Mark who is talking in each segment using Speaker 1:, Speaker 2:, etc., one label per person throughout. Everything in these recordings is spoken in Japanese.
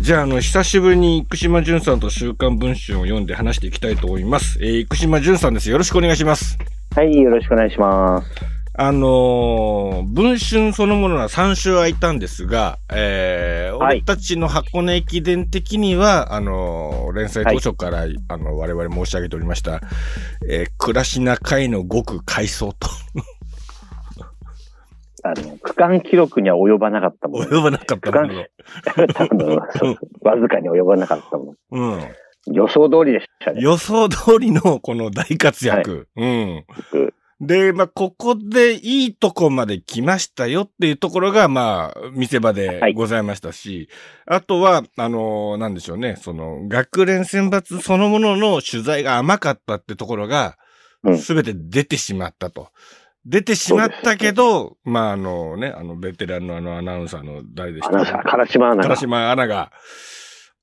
Speaker 1: じゃあ、あの、久しぶりに生島淳さんと週刊文春を読んで話していきたいと思います。えー、生島淳さんです。よろしくお願いします。
Speaker 2: はい、よろしくお願いします。
Speaker 1: あのー文春そのものは3週空いたんですが、えー、
Speaker 2: は
Speaker 1: 俺
Speaker 2: い
Speaker 1: たちの箱根駅伝的には、あのー連載当初から、あの、我々申し上げておりました、えー、暮らしな会のごく回想と、
Speaker 2: あの、区間記録には及ばなかったもの。
Speaker 1: 及ばなかったもの。
Speaker 2: 多分、そうわずかに及ばなかったも
Speaker 1: うん。
Speaker 2: の。予想通りでしたね。
Speaker 1: 予想通りのこの大活躍。うん。で、まあ、ここでいいとこまで来ましたよっていうところが、まあ、見せ場
Speaker 2: は
Speaker 1: で
Speaker 2: い
Speaker 1: ございましたし、あとは、あのーなんでしょうね、その、学連選抜そのものの取材が甘かったってところが
Speaker 2: う、ん
Speaker 1: すべて出てしまったと。出てしまったけど、まあ、あのね、あの、ベテランのあのアナウンサーの誰でし
Speaker 2: あ
Speaker 1: た
Speaker 2: のさ、唐島アナ
Speaker 1: 唐
Speaker 2: が。
Speaker 1: 島アナが、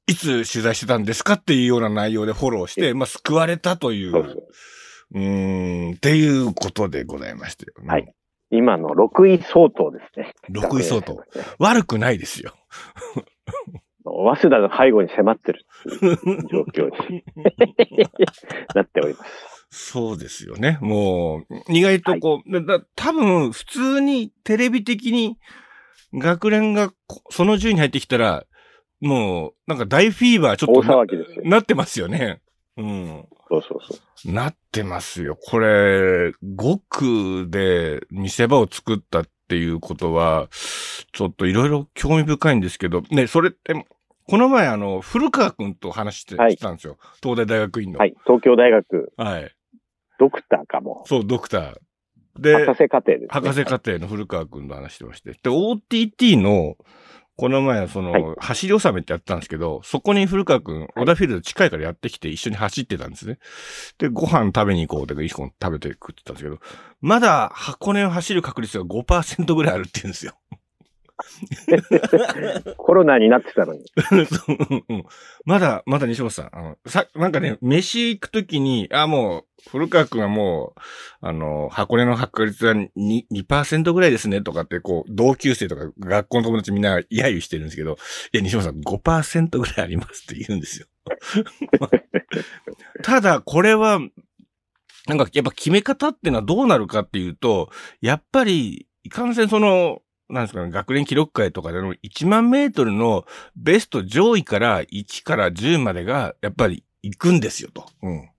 Speaker 1: いつ取材してたんですかっていうような内容でフォローして、まあ、救われたという、
Speaker 2: そうそう
Speaker 1: うーん、っていうことでございましたよね。
Speaker 2: はい今の6位相当ですね。
Speaker 1: 6位相当。
Speaker 2: 学園生
Speaker 1: 悪くないですよ。
Speaker 2: 早稲田の背後に迫ってるっていう状況に なっております。
Speaker 1: そうですよね。もう、意外とこう、だだ多分、普通にテレビ的に、学連がこその順位に入ってきたら、もう、なんか大フィーバーちょっ
Speaker 2: 大
Speaker 1: とな
Speaker 2: 騒ぎですよ。
Speaker 1: なってますよね。うん。
Speaker 2: そうそうそう。
Speaker 1: なってますよ。これ、5区で見せ場を作ったっていうことは、ちょっといろいろ興味深いんですけど、ね、それって、この前あの、古川くんと話して,、
Speaker 2: はい
Speaker 1: たんですよ。東大大学院の。
Speaker 2: はい、東京大学、
Speaker 1: はい
Speaker 2: ドクターかも。
Speaker 1: そう、ドクター。で、
Speaker 2: 博士課程です、ね。
Speaker 1: 博士課程の古川くんと話してまして。で、OTT の、この前、その、
Speaker 2: はい
Speaker 1: 走り納めってやったんですけど、そこに古川くん、小田フィールド近いからやってきて一緒に走ってたんですね。で、ご飯食べに行こうって、一本食べて食ってたんですけど、まだ箱根を走る確率が5%ぐらいあるって言うんですよ。
Speaker 2: コロナになってたのに。
Speaker 1: そううんうんまだ、まだ西本さん、あの、さ、なんかね、飯行くときに、あ、もう、古川くんはもう、あの、箱根の確率はに 2%, ぐらいですね、とかって、こう、同級生とか学校の友達みんな揶揄してるんですけど、いや、西本さん5%ぐらいありますって言うんですよ。 ただ、これは、なんか、やっぱ決め方ってのはどうなるかっていうと、やっぱり、いかんせんその、なんですかね、学連記録会とかでの1万メートルのベスト上位から1から10までが、やっぱり行くんですよと。うん。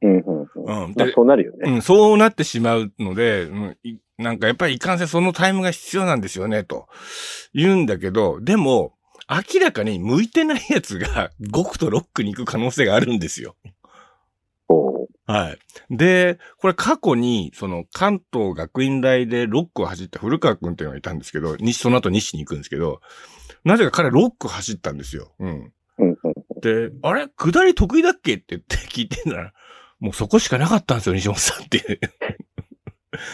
Speaker 2: うんうんうん。
Speaker 1: うん。
Speaker 2: まあ
Speaker 1: で、
Speaker 2: そうなるよね。
Speaker 1: うん、そうなってしまうので、うん、いなんかやっぱりいかんせんそのタイムが必要なんですよね、と言うんだけど、でも、明らかに向いてないやつが5区と6区に行く可能性があるんですよ。
Speaker 2: こう
Speaker 1: はい。で、これ過去に、その関東学院大で6区を走った古川くんっていうのがいたんですけど、西、その後西に行くんですけど、なぜか彼6区走ったんですよ。うん。
Speaker 2: うんうん。
Speaker 1: で、あれ下り得意だっけって言って聞いてんなら、もうそこしかなかったんですよ、西本さんっ て。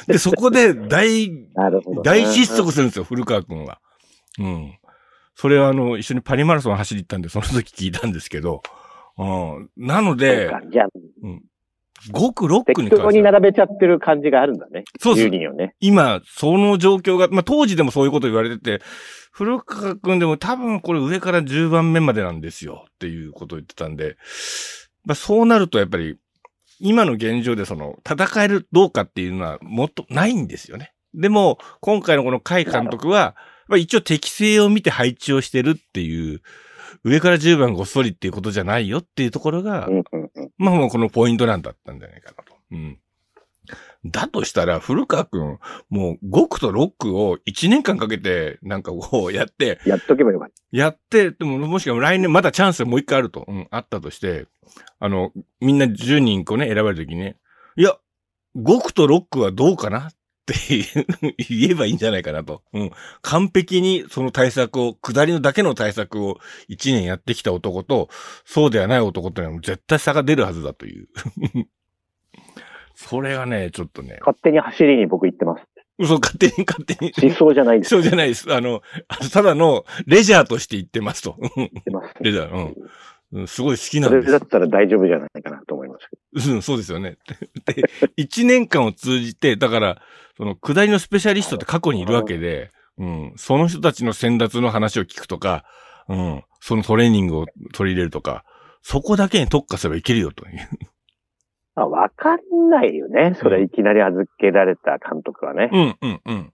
Speaker 1: で、そこで大、
Speaker 2: なるほどね。
Speaker 1: 大失速するんですよ、古川くんは。うん。それはあの、一緒にパリマラソン走り行ったんで、その時聞いたんですけど、うん。なので、
Speaker 2: そうかじゃあ、
Speaker 1: 5区、6区
Speaker 2: 適
Speaker 1: に関
Speaker 2: 当
Speaker 1: して
Speaker 2: に
Speaker 1: は、
Speaker 2: 並べちゃってる感じがあるんだね。
Speaker 1: そうです
Speaker 2: 10。人をね。
Speaker 1: 今、その状況が、まあ、当時でもそういうこと言われてて、古川くんでも多分これ上から10番目までなんですよっていうことを言ってたんで、まあ、そうなるとやっぱり、今の現状でその、戦えるどうかっていうのはもっとないんですよね。でも、今回のこの甲斐監督は、まあ、一応適性を見て配置をしてるっていう、上から10番ごっそりっていうことじゃないよっていうところが
Speaker 2: う、んうんうん。
Speaker 1: まあもうこのポイントなんだったんじゃないかなと。うん。だとしたら、古川くん、もう5区と6区を1年間かけて、なんかこうやって、
Speaker 2: やっとけばよかっ
Speaker 1: やって、でももしかも来年まだチャンスもう一回あると、うん、あったとして、あの、みんな10人こうね、選ばれるときね、いや、5区と6区はどうかなって言えばいいんじゃないかなと。うん。完璧にその対策を、下りのだけの対策を1年やってきた男と、そうではない男というのは絶対差が出るはずだという。それがね、ちょっとね
Speaker 2: た。、勝手に走りに僕行ってます。
Speaker 1: 嘘勝手に勝手に。
Speaker 2: 思想じゃないです。
Speaker 1: そうじゃないです。あの、あのただのレジャーとして言ってますと。うん
Speaker 2: 行ってます。
Speaker 1: レジャー、うん。うん、すごい好きな
Speaker 2: そ
Speaker 1: ん
Speaker 2: れ
Speaker 1: で
Speaker 2: だ
Speaker 1: す
Speaker 2: っ。たら大丈夫じゃないかなと思いますけ
Speaker 1: うん、そうですよね。 で、1年間を通じて、だから、その、下りのスペシャリストって過去にいるわけで、うん、その人たちの先達の話を聞くとか、うん。そのトレーニングを取り入れるとか、そこだけに特化すればいけるよという。
Speaker 2: まあ、わかんないよね。それいきなり預けられた監督はね。
Speaker 1: うん、うん、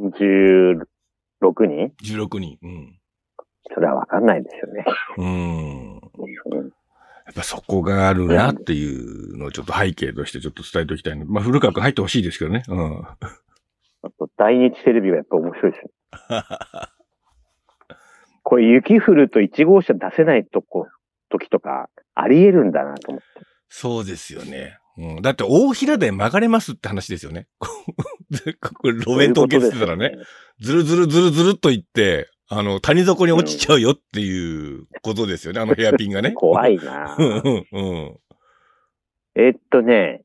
Speaker 1: うん。
Speaker 2: 16人
Speaker 1: 16人。うん。
Speaker 2: それはわかんないですよね。
Speaker 1: うん。
Speaker 2: うん
Speaker 1: やっぱそこがあるなっていうのをちょっと背景としてちょっと伝えておきたいの。まあ、古川君入ってほしいですけどね。うん。
Speaker 2: あと、大日テレビはやっぱ面白いですね。 これ、雪降ると1号車出せないとこ、時とか、あり得るんだなと思って。
Speaker 1: そうですよね。うん、だって大平で曲がれますって話ですよね。 こうこれ路面凍結してたらね、ずるずるずるずるっと行って、あの、谷底に落ちちゃうよっていうことですよね。あのヘアピンがね。
Speaker 2: 怖
Speaker 1: い。
Speaker 2: いな
Speaker 1: うんうんうん。
Speaker 2: えっとね、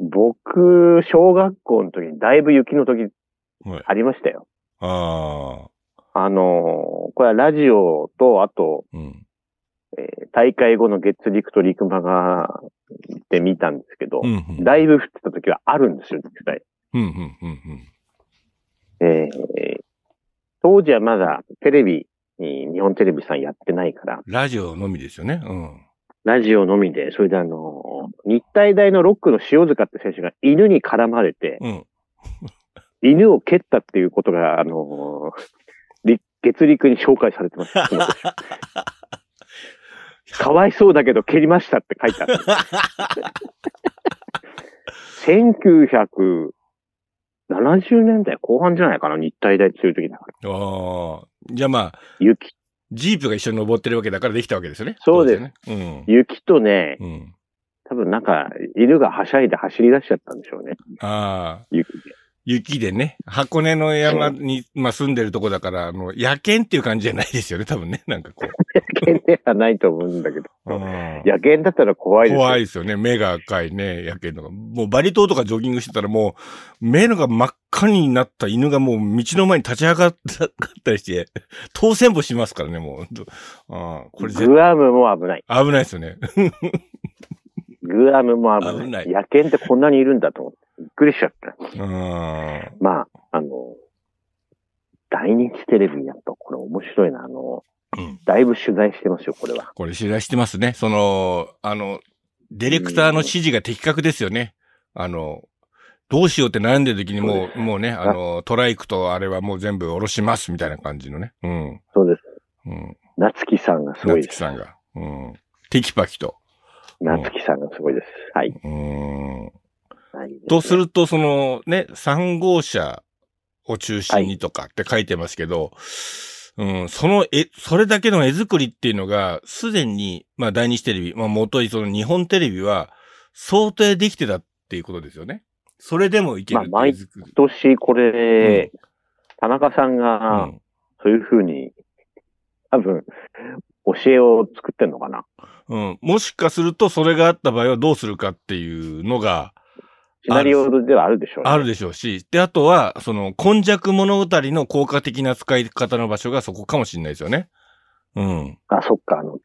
Speaker 2: 僕、小学校の時にだいぶ雪の時
Speaker 1: はい
Speaker 2: ありましたよ。
Speaker 1: ああ。
Speaker 2: あのーこれはラジオと、あと、
Speaker 1: うん。
Speaker 2: えー大会後の月陸と陸間が、って見たんですけど、
Speaker 1: うんうん。
Speaker 2: だいぶ降ってた時はあるんですよ、実際。
Speaker 1: うんうんうん
Speaker 2: えー当時はまだテレビに、日本テレビさんやってないから、
Speaker 1: うん。ラジオのみですよね。うん。
Speaker 2: ラジオのみで、それであのー日体大のロックの塩塚って選手が犬に絡まれて、
Speaker 1: うん。
Speaker 2: 犬を蹴ったっていうことが、あのーり月陸に紹介されてます。そのかわいそうだけど蹴りましたって書いてある。1970年代後半じゃないかな、日体大強い時だから。
Speaker 1: ああ。じゃあまあ、
Speaker 2: 雪、
Speaker 1: ジープが一緒に登ってるわけだからできたわけですよね。
Speaker 2: そうです
Speaker 1: すね。
Speaker 2: 雪とね、
Speaker 1: うん。うん。
Speaker 2: 多分なんか、犬がはしゃいで走り出しちゃったんでしょう ね、
Speaker 1: ああ。
Speaker 2: 雪で。
Speaker 1: 雪でね、箱根の山に、まあ、住んでるとこだから、あの、野犬っていう感じじゃないですよね、多分ね。なんかこう。
Speaker 2: 野犬ではないと思うんだけど。
Speaker 1: うん
Speaker 2: 野犬だったら怖いですよ。
Speaker 1: 怖いですよね。目が赤いね、野犬とか。もうバリ島とかジョギングしてたらもう、目のが真っ赤になった犬がもう道の前に立ち上がったりして、当選簿しますからね、もう。ああ、これ絶
Speaker 2: グアムも危ない。
Speaker 1: 対危ないですよね。
Speaker 2: グアムも危ない。
Speaker 1: 危ない
Speaker 2: 野犬ってこんなにいるんだと思って。びっくりしちゃった。
Speaker 1: うん。
Speaker 2: まあ、あの、大日テレビやっぱこれ面白いな。あの、
Speaker 1: うん
Speaker 2: だいぶ取材してますよ、これは。
Speaker 1: これ取材してますね。その、あの、ディレクターの指示が的確ですよね。あの、どうしようって悩んでる時に
Speaker 2: そう
Speaker 1: も
Speaker 2: で
Speaker 1: う、もうね、あの、トライクとあれはもう全部下ろしますみたいな感じのね。うん。
Speaker 2: そうです。
Speaker 1: うん。
Speaker 2: 夏木さんがすごい
Speaker 1: 夏
Speaker 2: で
Speaker 1: 木
Speaker 2: す。
Speaker 1: さんが。うん。テキパキと。ん
Speaker 2: 夏木さんがすごいです。はい。
Speaker 1: うん。
Speaker 2: はい
Speaker 1: とすると、そのね、3号車を中心にとかって書いてますけど、うん、その絵、それだけの絵作りっていうのが、すでに、まあ、第二テレビ、まあ、元いその日本テレビは、想定できてたっていうことですよね。それでもいけるって
Speaker 2: まあ
Speaker 1: いう絵作り。
Speaker 2: 今年これ、田中さんが、
Speaker 1: うん
Speaker 2: そういうふうに、多分、教えを作ってんのかな。
Speaker 1: うん。もしかすると、それがあった場合はどうするかっていうのが、
Speaker 2: シナリオではあるでしょうね。
Speaker 1: あるでしょうし、で、あとは、その、今弱物語の効果的な使い方の場所がそこかもしれないですよね。うん。
Speaker 2: あ、そっか、あの、つ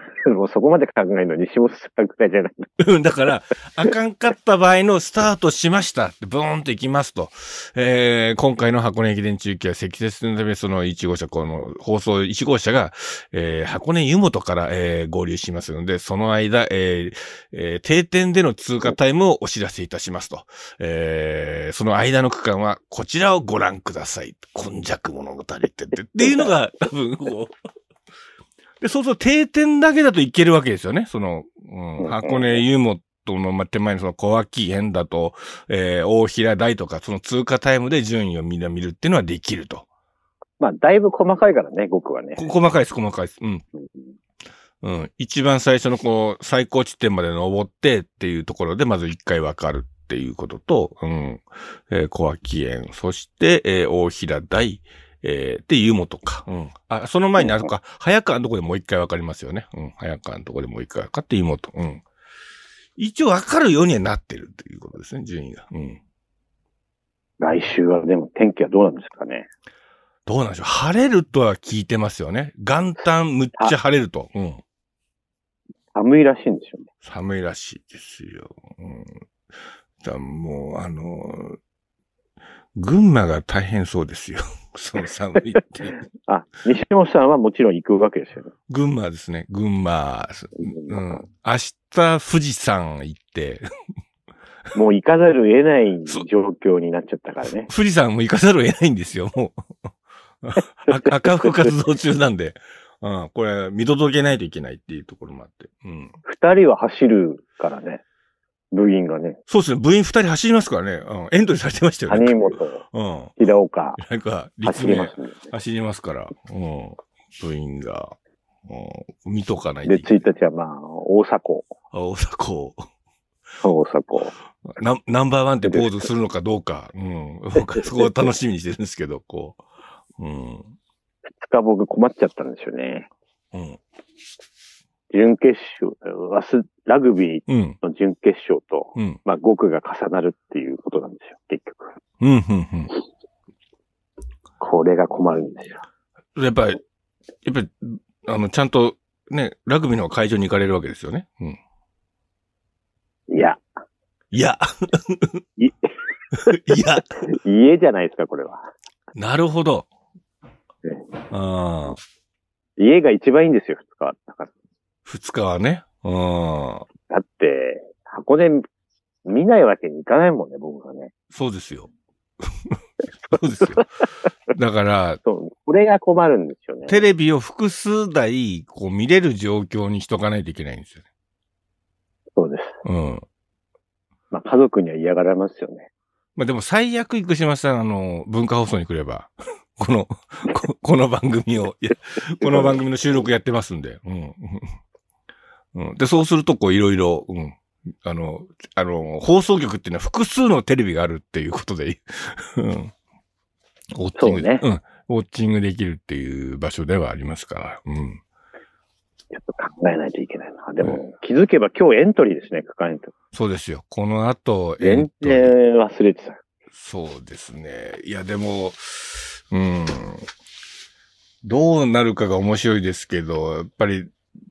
Speaker 2: もうそこまで考えるの西本さんくらいじゃない。
Speaker 1: うん、だから、あかんかった場合のスタートしましたって、ブーンと行きますと。えー、今回の箱根駅伝中継は積雪のため、その1号車、この放送1号車が、えー、箱根湯本から、えー、合流しますので、その間、えーえー定点での通過タイムをお知らせいたしますと。えー、その間の区間は、こちらをご覧ください。今弱物語ってって、っていうのが、多分、こう。で、そうすると定点だけだといけるわけですよね。その、うん、箱根湯本のま手前のその小脇園だと、えー、大平台とか、その通過タイムで順位をみんな見るっていうのはできると。
Speaker 2: まあ、だいぶ細かいからね、僕はね。
Speaker 1: こ細かいです、細かいです。うん。うん。一番最初のこう、最高地点まで登ってっていうところで、まず一回わかるっていうことと、うん。えー小脇園、そして、えー大平台、えー、で、湯本か。うん。あ、その前に、あそこか、早川のとこでもう一回わかりますよね。うん。早川のとこでもう一回わかって、湯本。うん。一応わかるようにはなってるっていうことですね、順位が。うん。
Speaker 2: 来週は、でも天気はどうなんですかね。
Speaker 1: どうなんでしょう。晴れるとは聞いてますよね。元旦むっちゃ晴れると。うん。
Speaker 2: 寒いらしいんですよね。
Speaker 1: 寒いらしいですよ。うん、だからもう、あの、群馬が大変そうですよ。 その寒いって。
Speaker 2: あ、西本さんはもちろん行くわけですよね。
Speaker 1: 群馬ですね。群馬。うん。明日、富士山行って、
Speaker 2: もう行かざるを得ない状況になっちゃったからね。
Speaker 1: 富士山も行かざるを得ないんですよ、もう。 あ赤服活動中なんで。うん。これ、見届けないといけないっていうところもあって。うん。
Speaker 2: 二人は走るからね。部員がね。
Speaker 1: そうですね。部員二人走りますからね。うん。エントリーされてましたよね。
Speaker 2: 谷本、
Speaker 1: うん。
Speaker 2: 平岡、
Speaker 1: なんか、立
Speaker 2: 走り
Speaker 1: 命
Speaker 2: ますんで。
Speaker 1: 走りますから。うん。部員が。うん。見とかないと
Speaker 2: で、
Speaker 1: いけない。
Speaker 2: 1日はまあ、大迫。
Speaker 1: あ大阪を。
Speaker 2: 大迫。
Speaker 1: ナナンバーワンってポーズするのかどうか、うん。僕はそこを楽しみにしてるんですけど、こう。うん。
Speaker 2: 二日僕困っちゃったんですよね。
Speaker 1: うん。
Speaker 2: 準決勝、明日、ラグビー
Speaker 1: うん。
Speaker 2: の準決勝と、
Speaker 1: うん。
Speaker 2: まあ、5区が重なるっていうことなんですよ、結局。
Speaker 1: うん。うん。
Speaker 2: これが困るんですよ。
Speaker 1: うん。やっぱり、やっぱり、あの、ちゃんと、ね、ラグビーの会場に行かれるわけですよね。うん。
Speaker 2: いや、
Speaker 1: いや。
Speaker 2: い
Speaker 1: いや。
Speaker 2: 家じゃないですか、これは。
Speaker 1: なるほど
Speaker 2: ええ。
Speaker 1: ああ。
Speaker 2: 家が一番いいんですよ、2日は。だから
Speaker 1: 二日はね。うん。
Speaker 2: だって、箱根見ないわけにいかないもんね、僕はね。
Speaker 1: そうですよ。 そうですよ。だから、
Speaker 2: そう、これが困るんですよね。
Speaker 1: テレビを複数台、こう見れる状況にしとかないといけないんですよね。
Speaker 2: そうです。
Speaker 1: うん。
Speaker 2: まあ、家族には嫌がられますよね。
Speaker 1: まあでも最悪、生島さん、あの、文化放送に来れば、 この、ここの番組を、いやこの番組の収録やってますんで、うん。うん、で、そうすると、こう、いろいろ、うん。あの、あの、放送局っていうのは複数のテレビがあるっていうことで、 うん。ウォッチング、
Speaker 2: そうね
Speaker 1: うん。ウォッチングできるっていう場所ではありますから、うん。
Speaker 2: ちょっと考えないといけないな。でも、気づけば今日エントリーですね、区間エント
Speaker 1: そうですよ。この後、
Speaker 2: リー。全
Speaker 1: えっと
Speaker 2: 然忘れてた。
Speaker 1: そうですね。いや、でも、うん。どうなるかが面白いですけど、やっぱり、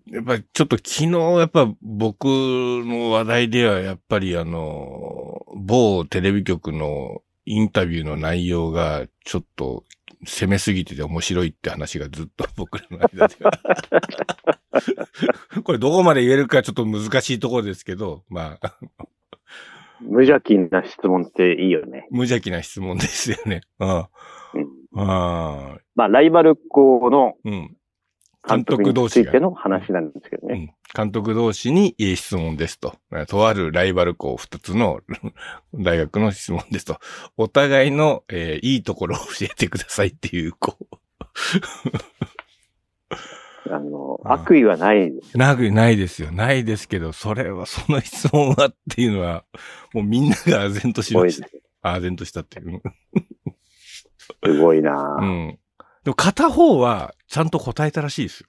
Speaker 1: やっぱりちょっと昨日、やっぱ僕の話題では、やっぱりあの、某テレビ局のインタビューの内容が、ちょっと攻めすぎてて面白いって話がずっと僕らの間では。これどこまで言えるかちょっと難しいところですけど、まあ、
Speaker 2: 無邪気な質問っていいよね。
Speaker 1: 無邪気な質問ですよね。 あ
Speaker 2: うん
Speaker 1: あ。ああ。
Speaker 2: まあ、ライバル校の
Speaker 1: うん。
Speaker 2: 監督についての話なんですけど
Speaker 1: う
Speaker 2: ね。
Speaker 1: ん。監督同士にえー質問ですと。とあるライバル校二つの 大学の質問ですと。お互いの、えーいいところを教えてくださいっていう、こ
Speaker 2: あの、
Speaker 1: ああ
Speaker 2: 悪意はない。
Speaker 1: う。なくないですよ。ないですけど、それは、その質問はっていうのは、もうみんなが唖然とし
Speaker 2: すご
Speaker 1: ま
Speaker 2: い
Speaker 1: し
Speaker 2: す
Speaker 1: た。唖然としたっていう。
Speaker 2: ごいな、
Speaker 1: うん。でも片方は、ちゃんと答えたらしいですよ。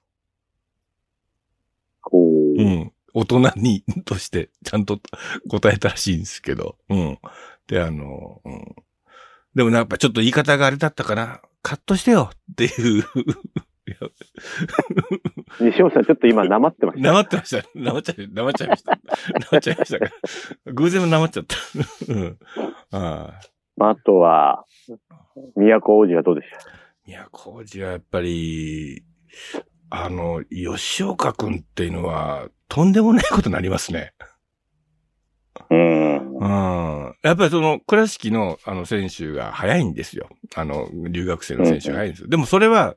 Speaker 2: こう
Speaker 1: うん。大人に、 として、ちゃんと答えたらしいんですけど。うん。で、あの、うん。でもなんかちょっと言い方があれだったかな。カットしてよっていう。
Speaker 2: 西本さん、ちょっと今、なまってました。
Speaker 1: なまってました。なまっちゃい、なまっちゃいました。 なまっちゃいましたから。偶然もなまっちゃった。 うん。ああ。
Speaker 2: まあ、あとは、都王子はどうでした
Speaker 1: いや、浩二はやっぱり、あの、吉岡くんっていうのは、とんでもないことになりますね。
Speaker 2: うん。
Speaker 1: うんやっぱりその倉敷のあの選手が早いんですよ。あの留学生の選手が早いんですよ。でもそれは、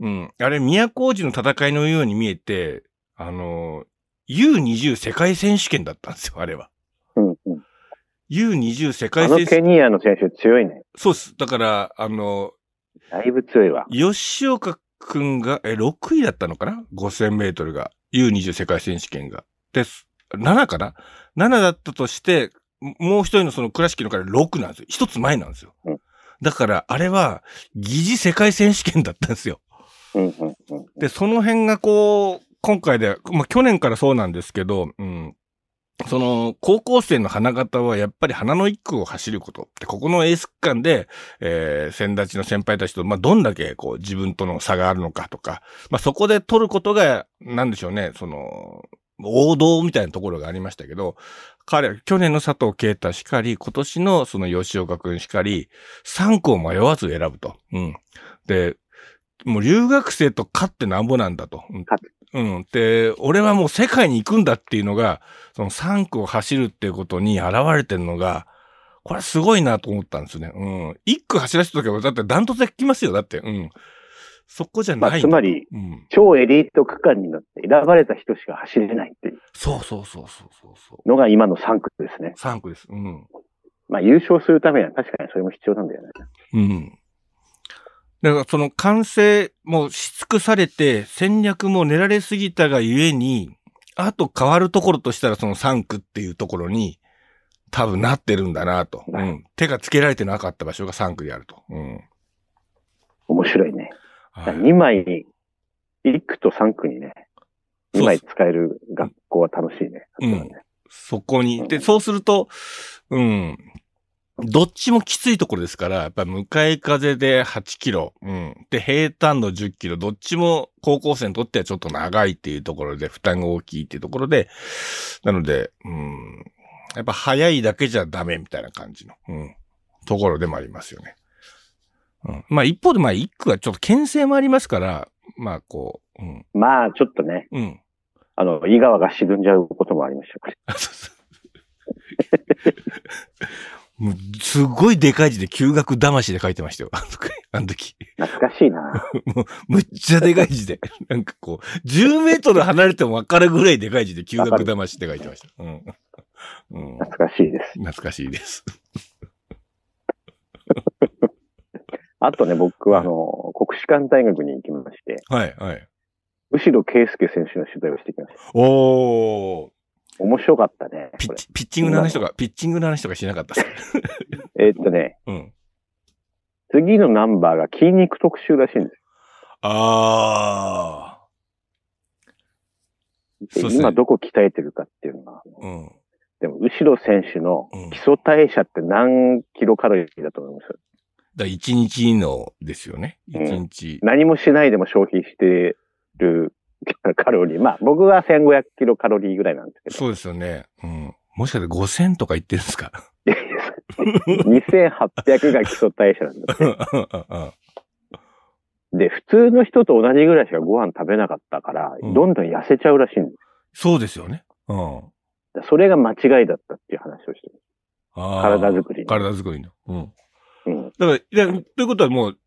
Speaker 1: うん、あれ宮古寺の戦いのように見えて、あの、U20 世界選手権だったんですよ、あれは。
Speaker 2: うんうん、
Speaker 1: U20 世
Speaker 2: あ
Speaker 1: 界
Speaker 2: の
Speaker 1: 選
Speaker 2: ケ
Speaker 1: 手
Speaker 2: ニアの選手強いね。
Speaker 1: そうっす。だから、あの、
Speaker 2: だいぶ強いわ。
Speaker 1: 吉岡くんが、え、6位だったのかな ?5000 メートルが。U20 世界選手権が。です。7かな ?7 だったとして、ももう一人のその倉敷のから6なんですよ。一つ前なんですよ
Speaker 2: うん。
Speaker 1: だから、あれは、疑似世界選手権だったんですよ。
Speaker 2: うんうんうん、
Speaker 1: で、その辺がこう、今回で、まあ、去年からそうなんですけど、うん。その、高校生の花形はやっぱり花の一区を走ること。で、ここのエース区間で、えー、先立ちの先輩たちと、まあ、どんだけ、こう、自分との差があるのかとか、まあ、そこで取ることが、なんでしょうね、その、王道みたいなところがありましたけど、彼、去年の佐藤啓太しかり、今年のその吉岡くんしかり、3個を迷わず選ぶと。うん。で、もう留学生と勝ってなんぼなんだと。うん
Speaker 2: 勝
Speaker 1: うん。で、俺はもう世界に行くんだっていうのが、その3区を走るっていうことに現れてるのが、これすごいなと思ったんですよね。うん。1区走らせた時は、だってダントツで来ますよ。だって、うん。そこじゃ
Speaker 2: ま
Speaker 1: な
Speaker 2: あ、
Speaker 1: い。
Speaker 2: つまり、
Speaker 1: うん。
Speaker 2: 超エリート区間になって選ばれた人しか走れないっていう
Speaker 1: そうそうそうそうそうそう。
Speaker 2: のが今の3区ですね。
Speaker 1: 3区です。うん。
Speaker 2: まあ、優勝するためには確かにそれも必要なんだよね。
Speaker 1: うん。だからその完成もし尽くされて戦略も練られすぎたがゆえに、あと変わるところとしたらその3区っていうところに多分なってるんだなと。う
Speaker 2: は
Speaker 1: ん。手がつけられてなかった場所が3区であると。うん。
Speaker 2: 面白いね。
Speaker 1: は
Speaker 2: だ
Speaker 1: い
Speaker 2: から2枚に、1区と3区にね、2
Speaker 1: そう
Speaker 2: 枚
Speaker 1: です
Speaker 2: 使える学校は楽しいね。
Speaker 1: うん
Speaker 2: そうだね
Speaker 1: そこに。で、そうすると、うん。どっちもきついところですから、やっぱ向かい風で8キロ、うん。で、平坦の10キロ、どっちも高校生にとってはちょっと長いっていうところで、負担が大きいっていうところで、なので、うん。やっぱ早いだけじゃダメみたいな感じの、うん。ところでもありますよね。うん。まあ一方で、まあ一区はちょっと牽制もありますから、まあこう、うん。
Speaker 2: まあ、ちょっとね、
Speaker 1: うん。
Speaker 2: あの、井川が沈んじゃうこともありましたから。
Speaker 1: あそうそう もうすごいでかい字で休学魂で書いてましたよ。あの時あの時。
Speaker 2: 懐かしい な。
Speaker 1: むっちゃでかい字で。なんかこう、10メートル離れても分かるぐらいでかい字で休学魂って書いてました。うん。うん、
Speaker 2: 懐かしいです。
Speaker 1: 懐かしいです。
Speaker 2: あとね、僕はあの、国士舘大学に行きまして、
Speaker 1: はい、はい。
Speaker 2: 後ろ圭介選手の取材をしてきました。
Speaker 1: おー。
Speaker 2: 面白かったね。
Speaker 1: ピ
Speaker 2: こ
Speaker 1: ッ
Speaker 2: れ
Speaker 1: チ、ピッチングの話とか、ピッチングの話とかしなかったっす。
Speaker 2: えーっとね、
Speaker 1: うん。
Speaker 2: 次のナンバーが筋肉特集らしいんです
Speaker 1: あー。
Speaker 2: よ。
Speaker 1: っ
Speaker 2: で今どこ鍛えてるかっていうのが。
Speaker 1: うん。
Speaker 2: でも、後ろ選手の
Speaker 1: うん
Speaker 2: 基礎代謝って何キロカロリーだと思います
Speaker 1: だ1日のですよね。
Speaker 2: うん
Speaker 1: 1日。
Speaker 2: 何もしないでも消費してるカロリー。まあ、僕は1500キロカロリーぐらいなんです け
Speaker 1: そうですよね。うん。もしかして5000とか言ってるんですか
Speaker 2: ど、2800が基礎代謝なんだ。
Speaker 1: うんうん
Speaker 2: で、普通の人と同じぐらいしかご飯食べなかったから、
Speaker 1: うん
Speaker 2: どんどん痩せちゃうらしいんです
Speaker 1: そうですよね。うん。
Speaker 2: だからそれが間違いだったっていう話をしてる。
Speaker 1: あー
Speaker 2: 体作りに。
Speaker 1: 体作りの。うん。
Speaker 2: うん。
Speaker 1: だから、いやということはもう、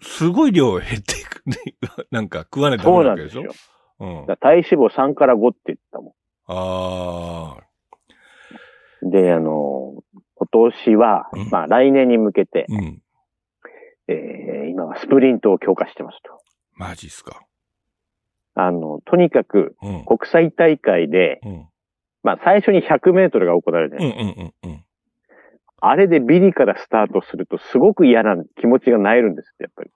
Speaker 1: すごい量減っていく、ね。なんか 食わないとダ
Speaker 2: そ
Speaker 1: メな
Speaker 2: うな
Speaker 1: わ
Speaker 2: ん
Speaker 1: け
Speaker 2: で
Speaker 1: ですしょ
Speaker 2: よ。
Speaker 1: うん。
Speaker 2: だから体脂肪3から5って言ったも
Speaker 1: ああ。
Speaker 2: ん。で、あのー今年は、
Speaker 1: うん
Speaker 2: まあ来年に向けて、
Speaker 1: うん。
Speaker 2: えー今はスプリントを強化してますと。
Speaker 1: マジっすか。
Speaker 2: あの、とにかく
Speaker 1: うん。
Speaker 2: 国際大会で、
Speaker 1: うん。
Speaker 2: まあ最初に100メートルが行われるじゃ
Speaker 1: う
Speaker 2: ない
Speaker 1: んうんうんうん。
Speaker 2: あれでビリからスタートするとすごく嫌な気持ちがなえるんですって、やっぱり。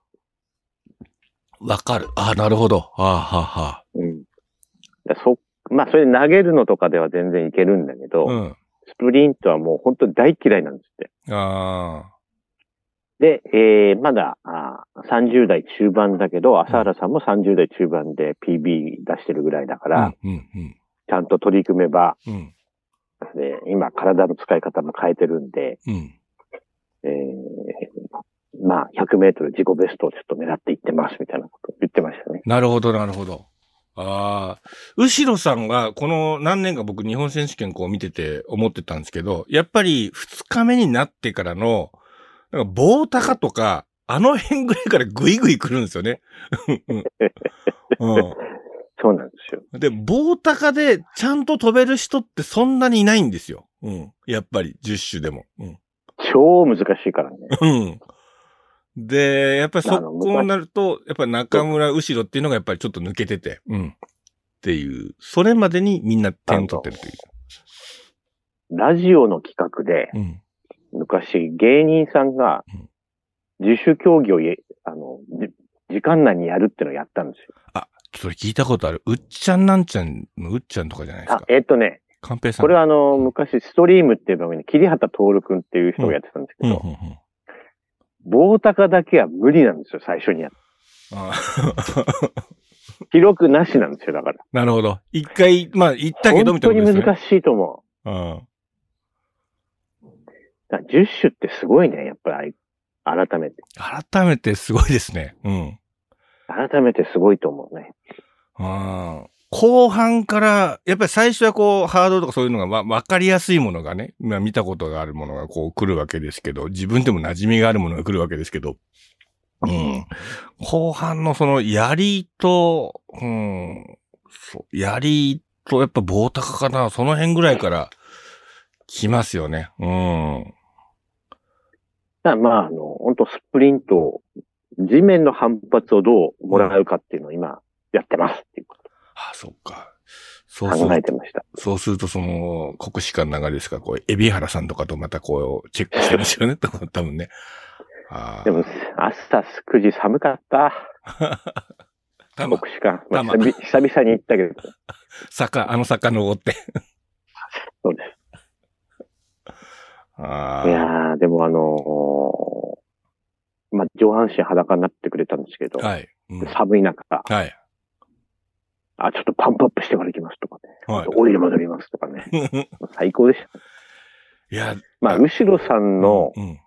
Speaker 1: わかる。ああ、なるほど。ああ、は
Speaker 2: うん。そ、まあそれで投げるのとかでは全然いけるんだけど、
Speaker 1: あ、はあ。
Speaker 2: スプリントはもう本当に大嫌いなんですって。
Speaker 1: うん。あ
Speaker 2: で、えー、まだあー30代中盤だけど、朝原さんも30代中盤で PB 出してるぐらいだか
Speaker 1: あ。
Speaker 2: ら、
Speaker 1: うんうん
Speaker 2: ちゃんと取り組めば、
Speaker 1: うん。うん。
Speaker 2: えー今体の使い方も変えてるんで、
Speaker 1: うん。
Speaker 2: えー、まあ100メートル自己ベストをちょっと狙っていってますみたいなこと言ってましたね。
Speaker 1: なるほど、なるほど。ああ、後ろさんが、この何年か僕日本選手権こう見てて思ってたんですけど、やっぱり2日目になってからの、なんか棒高とか、あの辺ぐらいからぐいぐい来るんですよね。う
Speaker 2: そうなんですよ。
Speaker 1: ん、で、棒高でちゃんと飛べる人ってそんなにいないんですよ。うん、やっぱり10種でも。うん
Speaker 2: 超難しいからね。
Speaker 1: うん。で、やっぱりそこになると、やっぱり中村後ろっていうのがやっぱりちょっと抜けてて、うん。っていう、それまでにみんな点を取ってるという。
Speaker 2: ラジオの企画で、
Speaker 1: うん。
Speaker 2: 昔芸人さんが
Speaker 1: うん
Speaker 2: 自主競技をえあのじ時間内にやるってのをやったんですよ。
Speaker 1: それ聞いたことある。うっちゃんなんちゃんのうっちゃんとかじゃないです
Speaker 2: あ
Speaker 1: か、。
Speaker 2: えっとね、
Speaker 1: 寛平さん。
Speaker 2: これ
Speaker 1: は、
Speaker 2: はあの、昔ストリームっていう番組に桐畑徹君っていう人がやってたんです
Speaker 1: う
Speaker 2: け
Speaker 1: ん、うん、
Speaker 2: ど、
Speaker 1: うん。
Speaker 2: 棒高だけは無理なんですよ、最初にやる。
Speaker 1: あ
Speaker 2: 記録なしなんですよ、だから。
Speaker 1: なるほど。一回、まあ、行ったけど、
Speaker 2: 本
Speaker 1: みた
Speaker 2: 当
Speaker 1: い
Speaker 2: に
Speaker 1: なことですね。
Speaker 2: 難しいと思
Speaker 1: うん。
Speaker 2: う。だ10種ってすごいね、やっぱり、改めて。
Speaker 1: 改めてすごいですね。うん。
Speaker 2: 改めてすごいと思うね。
Speaker 1: うん後半から、やっぱり最初はこう、ハードルとかそういうのがわ、わかりやすいものがね、まあ見たことがあるものがこう来るわけですけど、自分でも馴染みがあるものが来るわけですけど、うん。後半のその、槍と、うん、そう槍とやっぱ棒高かな、その辺ぐらいから来ますよね。うん。
Speaker 2: だからまあ、あの、本当スプリントを、地面の反発をどうもらうかっていうのを今、やってますっていうこ
Speaker 1: あ、そっか。
Speaker 2: と
Speaker 1: そうす
Speaker 2: 考
Speaker 1: る
Speaker 2: えてました。
Speaker 1: そうすると、その、国士官の流れですか、こう、エビ原さんとかとまたこう、チェックしてます よね、多分多分ね。あ
Speaker 2: でも、朝9時寒かった。
Speaker 1: あ。たま、
Speaker 2: 国士館。まあ、
Speaker 1: まあ
Speaker 2: 久々久々に行ったけど。
Speaker 1: 坂、あの坂登って。
Speaker 2: そうです。
Speaker 1: ああ。
Speaker 2: いやー、でもあのーまあ、上半身裸になってくれたんですけど、
Speaker 1: はい。うん
Speaker 2: 寒い中、
Speaker 1: はい。
Speaker 2: あ、ちょっとパンプアップしてから行きますとかね、
Speaker 1: はい。
Speaker 2: オイルも塗りますとかね、最高でした。
Speaker 1: いや、
Speaker 2: まあ、後ろさんの
Speaker 1: うん、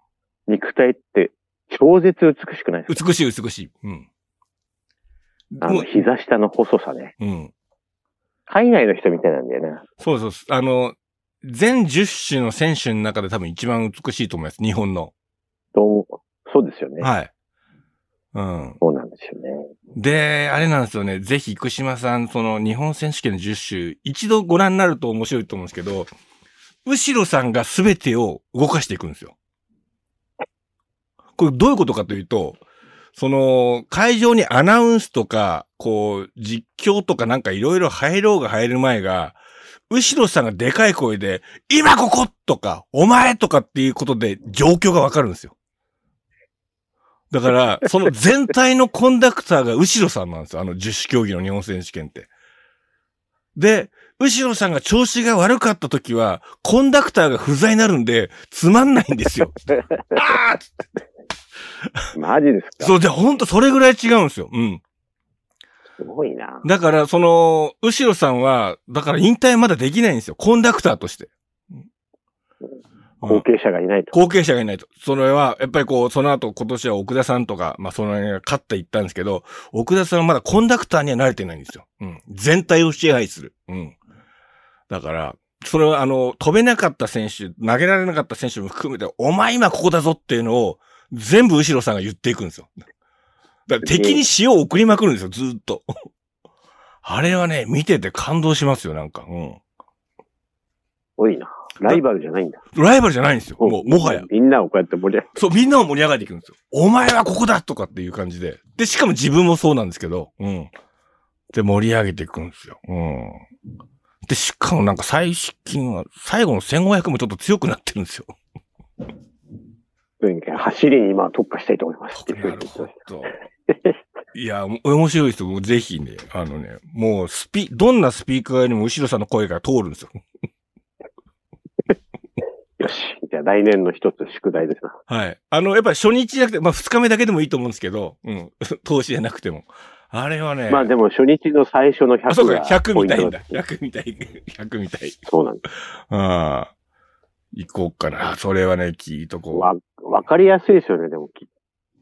Speaker 2: 肉体って超絶美しくないですか
Speaker 1: 美しい、美しい。うん。
Speaker 2: あの、
Speaker 1: も
Speaker 2: 膝下の細さね。
Speaker 1: ううん。
Speaker 2: 海外の人みたいなんだよね。
Speaker 1: そうそうそう。あの、全10種の選手の中で多分一番美しいと思います。日本の。
Speaker 2: どうそうですよね。
Speaker 1: はい。うん。
Speaker 2: そうなんですよね。
Speaker 1: で、あれなんですよね。ぜひ、生島さん、その、日本選手権の10周、一度ご覧になると面白いと思うんですけど、後ろさんが全てを動かしていくんですよ。これ、どういうことかというと、その、会場にアナウンスとか、こう、実況とかなんかいろいろ入ろうが入る前が、後ろさんがでかい声で、今こことか、お前とかっていうことで状況がわかるんですよ。だから、その全体のコンダクターが後ろさんなんですよ。あの、十種競技の日本選手権って。で、後ろさんが調子が悪かった時は、コンダクターが不在になるんで、つまんないんですよ。ああ
Speaker 2: マジですか
Speaker 1: そう、で、ほんとそれぐらい違うんですよ。うん。
Speaker 2: すごいな。
Speaker 1: だから、その、後ろさんは、だから引退まだできないんですよ。コンダクターとして。うん
Speaker 2: 後継者がいないと。
Speaker 1: 後継者がいないと。それは、やっぱりこう、その後今年は奥田さんとか、まあその辺が勝っていったんですけど、奥田さんはまだコンダクターには慣れてないんですよ。うん。全体を支配する。うん。だから、それはあの、飛べなかった選手、投げられなかった選手も含めて、お前今ここだぞっていうのを、全部後ろさんが言っていくんですよ。だから敵に塩を送りまくるんですよ、ずーっと。 あれはね、見てて感動しますよ、なんか。うん。
Speaker 2: 多いな。ライバルじゃないんだ。
Speaker 1: ライバルじゃないんですよ、もう、もはや。
Speaker 2: みんなをこうやって盛り上げ
Speaker 1: そう、みんなを盛り上がっていくんですよ。お前はここだとかっていう感じで。で、しかも自分もそうなんですけど、うん。で、盛り上げていくんですよ。うん。で、しかもなんか最近は、最後の1500もちょっと強くなってるんですよ。
Speaker 2: とにかく走りに今は特化したいと思います。
Speaker 1: なるほど。いや、お面白いですよ。ぜひね、あのね、もうスピ、どんなスピーカーよりも後ろさんの声が通るんですよ。
Speaker 2: よし。じゃあ来年の一つ宿題ですな。
Speaker 1: はい。あの、やっぱり初日じゃなくて、まあ二日目だけでもいいと思うんですけど、うん。 投資じゃなくても。あれはね、
Speaker 2: まあでも初日の最初の100
Speaker 1: あ、そうか、
Speaker 2: が
Speaker 1: 100
Speaker 2: ポイ
Speaker 1: みた
Speaker 2: ント
Speaker 1: い
Speaker 2: なん
Speaker 1: だ
Speaker 2: で。すね
Speaker 1: 100みたい。100みた い。
Speaker 2: そうなんです。
Speaker 1: ああ。行こうかな。それはね、聞いとこ
Speaker 2: わ、わかりやすいですよね、でも。
Speaker 1: う。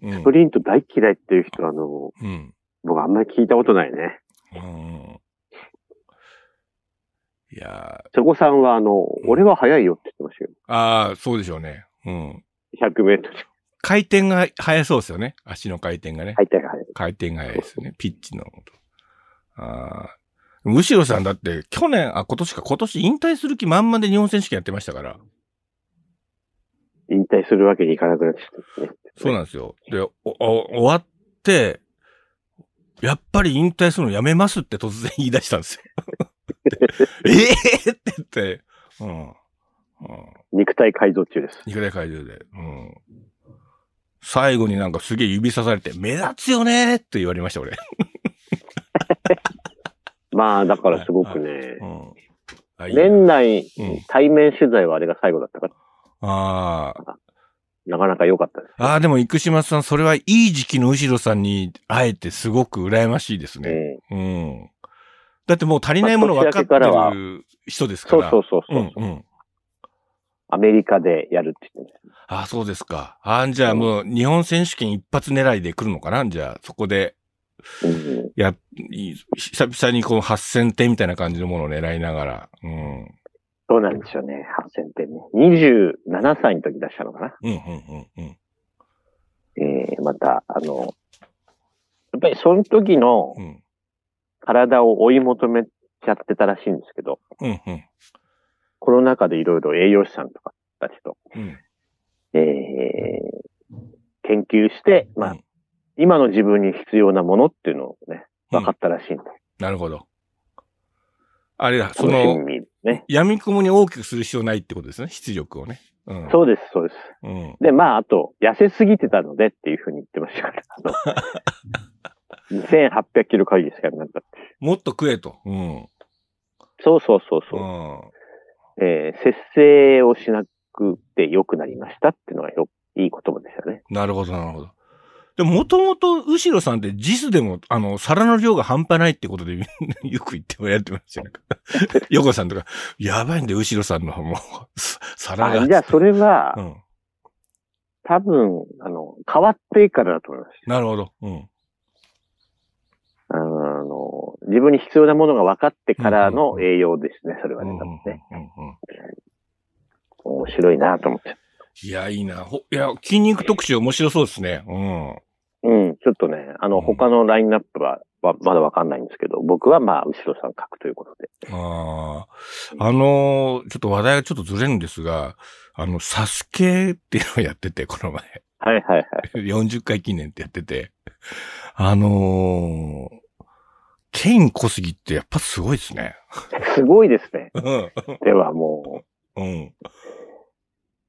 Speaker 1: うん
Speaker 2: スプ。リント大嫌いっていう人は、あの、
Speaker 1: うん。
Speaker 2: 僕あんまり聞いたことないね。
Speaker 1: うん。いや
Speaker 2: 瀬古さんは、あの、
Speaker 1: ん
Speaker 2: 俺は速いよって言ってましたよ。
Speaker 1: ー、ああ、そうでしょうね。うん。
Speaker 2: 100メートル。
Speaker 1: 回転が速そうですよね。足の回転がね。
Speaker 2: 入ったが速い。
Speaker 1: 回転が速いですよね。ピッチの。ああ。むしろさんだって、去年、あ、今年か、今年引退する気満々で日本選手権やってましたから。
Speaker 2: 引退するわけにいかなくなっちゃったね。
Speaker 1: そうなんですよ。で、おお終わって、やっぱり引退するのやめますって突然言い出したんですよ。 でええって言って、うん。うん。
Speaker 2: 肉体改造中です。
Speaker 1: 肉体改造で、うん。最後になんかすげえ指さされて、目立つよねーって言われました、俺。
Speaker 2: まあ、だからすごくね
Speaker 1: う、ん。あいいな
Speaker 2: 年内
Speaker 1: うん、
Speaker 2: 対面取材はあれが最後だったから、
Speaker 1: あー
Speaker 2: なかなか良かったです。
Speaker 1: あー、でも、生島さん、それはいい時期の後ろさんに会えてすごく羨ましいですね。
Speaker 2: ええ
Speaker 1: うん。だってもう足りないもの分かって
Speaker 2: まあ年明けからは
Speaker 1: る人ですか
Speaker 2: そう
Speaker 1: ら。
Speaker 2: そうそうそう、
Speaker 1: うんうん。
Speaker 2: アメリカでやるって言ってまし
Speaker 1: ああ、そうですか。ああ、じゃあもう日本選手権一発狙いで来るのかなじゃあ、そこで、
Speaker 2: たうん
Speaker 1: や、い久々にこの8000点みたいな感じのものを狙いながら。うん。
Speaker 2: どうなんでしょうね、8000点ね。27歳の時出したのかな。
Speaker 1: うん、うん、うん、うん。
Speaker 2: えー、また、あの、やっぱりその時の
Speaker 1: うん、
Speaker 2: 体を追い求めちゃってたらしいんですけど、
Speaker 1: うん、うん。
Speaker 2: コロナ禍でいろいろ栄養士さんとかたちと、
Speaker 1: うん。
Speaker 2: えー研究して、まあ、
Speaker 1: うん
Speaker 2: 今の自分に必要なものっていうのをね、分かったらしいんで、
Speaker 1: なるほど。あれだ、そ
Speaker 2: 楽し
Speaker 1: の、
Speaker 2: みにね。
Speaker 1: 闇雲に大きくする必要ないってことですね。出力をね。うん。
Speaker 2: そうです、そうです。
Speaker 1: うん。
Speaker 2: で、まあ、あと、痩せすぎてたのでっていうふうに言ってましたから、 あの2800キロカロリーしかなかったって。
Speaker 1: もっと食えと。うん。
Speaker 2: そうそうそう
Speaker 1: う
Speaker 2: そ
Speaker 1: ん。
Speaker 2: う。えー節制をしなくて良くなりましたっていうのがよ、いい言葉でしたね。
Speaker 1: なるほど、なるほど。でも、もともと、後ろさんって、ジスでも、あの、皿の量が半端ないってことで、みん なよく言ってもやってましたよね。 横さんとか、やばいんで、後ろさんの、も う、さ皿
Speaker 2: あ
Speaker 1: が。
Speaker 2: じゃあ、それは、
Speaker 1: うん。
Speaker 2: 多分、あの、変わってからだと思います。
Speaker 1: なるほど。うん。
Speaker 2: あの、自分に必要なものが分かってからの栄養ですね、それ
Speaker 1: う
Speaker 2: は
Speaker 1: ん
Speaker 2: ね、
Speaker 1: うん
Speaker 2: 多
Speaker 1: うん
Speaker 2: 分ね。
Speaker 1: うん
Speaker 2: 面白いなと思って。
Speaker 1: いや、いいな。ほいや、筋肉特集面白そうですね。うん。
Speaker 2: うん、ちょっとね、あ
Speaker 1: う
Speaker 2: の、
Speaker 1: ん
Speaker 2: 他のラインナップは、ままだ分かんないんですけど、僕はまあ、後ろさん書くということで。
Speaker 1: ああ。あのーちょっと話題がちょっとずれるんですが、あの、サスケっていうのをやってて、この前。
Speaker 2: はいはいはい。
Speaker 1: 40回記念ってやってて、あのーケイン小杉ってやっぱすごいですね。
Speaker 2: すごいです ね。
Speaker 1: うん。
Speaker 2: ではもう、
Speaker 1: うん。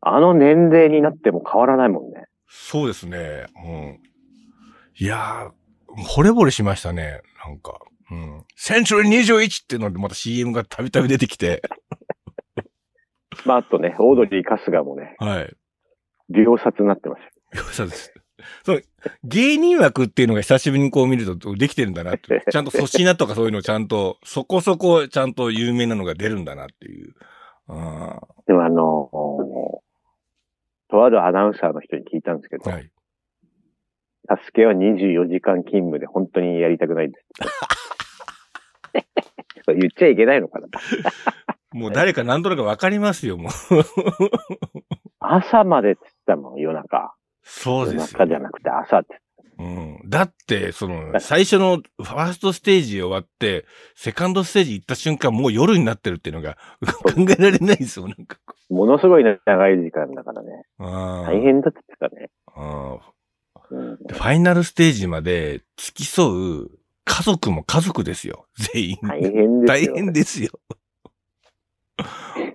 Speaker 2: あの年齢になっても変わらないもんね。
Speaker 1: そうですね。うん。いやー、惚れ惚れしましたね。なんか。うん。センチュリー21っていうのでまた CM がたびたび出てき て。
Speaker 2: まあ、あとね、オードリー・春日もね、
Speaker 1: はい。
Speaker 2: 秒殺になってまし
Speaker 1: よさです。そう、芸人枠っていうのが久しぶりにこう見るとできてるんだなって。ちゃんと粗品とかそういうのちゃんと、そこそこちゃんと有名なのが出るんだなっていう。あ
Speaker 2: た。でもあの、とあるアナウンサーの人に聞いたんですけ
Speaker 1: あ。
Speaker 2: ど、
Speaker 1: はい。
Speaker 2: サスケは24時間勤務で本当にやりたくないです って。これ言っちゃいけないのかな
Speaker 1: もう誰か何となくわかりますよ、もう。
Speaker 2: 朝までって言ってたもん、夜中。
Speaker 1: そう
Speaker 2: 夜
Speaker 1: です
Speaker 2: 中じゃ
Speaker 1: よ。
Speaker 2: なくて朝って。
Speaker 1: うん。だって、その、最初のファーストステージ終わって、セカンドステージ行った瞬間、もう夜になってるっていうのが考えられないですよ、なんか。
Speaker 2: ものすごい長い時間だからね。
Speaker 1: あ
Speaker 2: 大変だって言ってたね。
Speaker 1: あああ
Speaker 2: うん
Speaker 1: ファイナルステージまで付き添う家族も家族ですよ、全員。
Speaker 2: 大変で
Speaker 1: 大
Speaker 2: すよ。
Speaker 1: 変ですよ。あ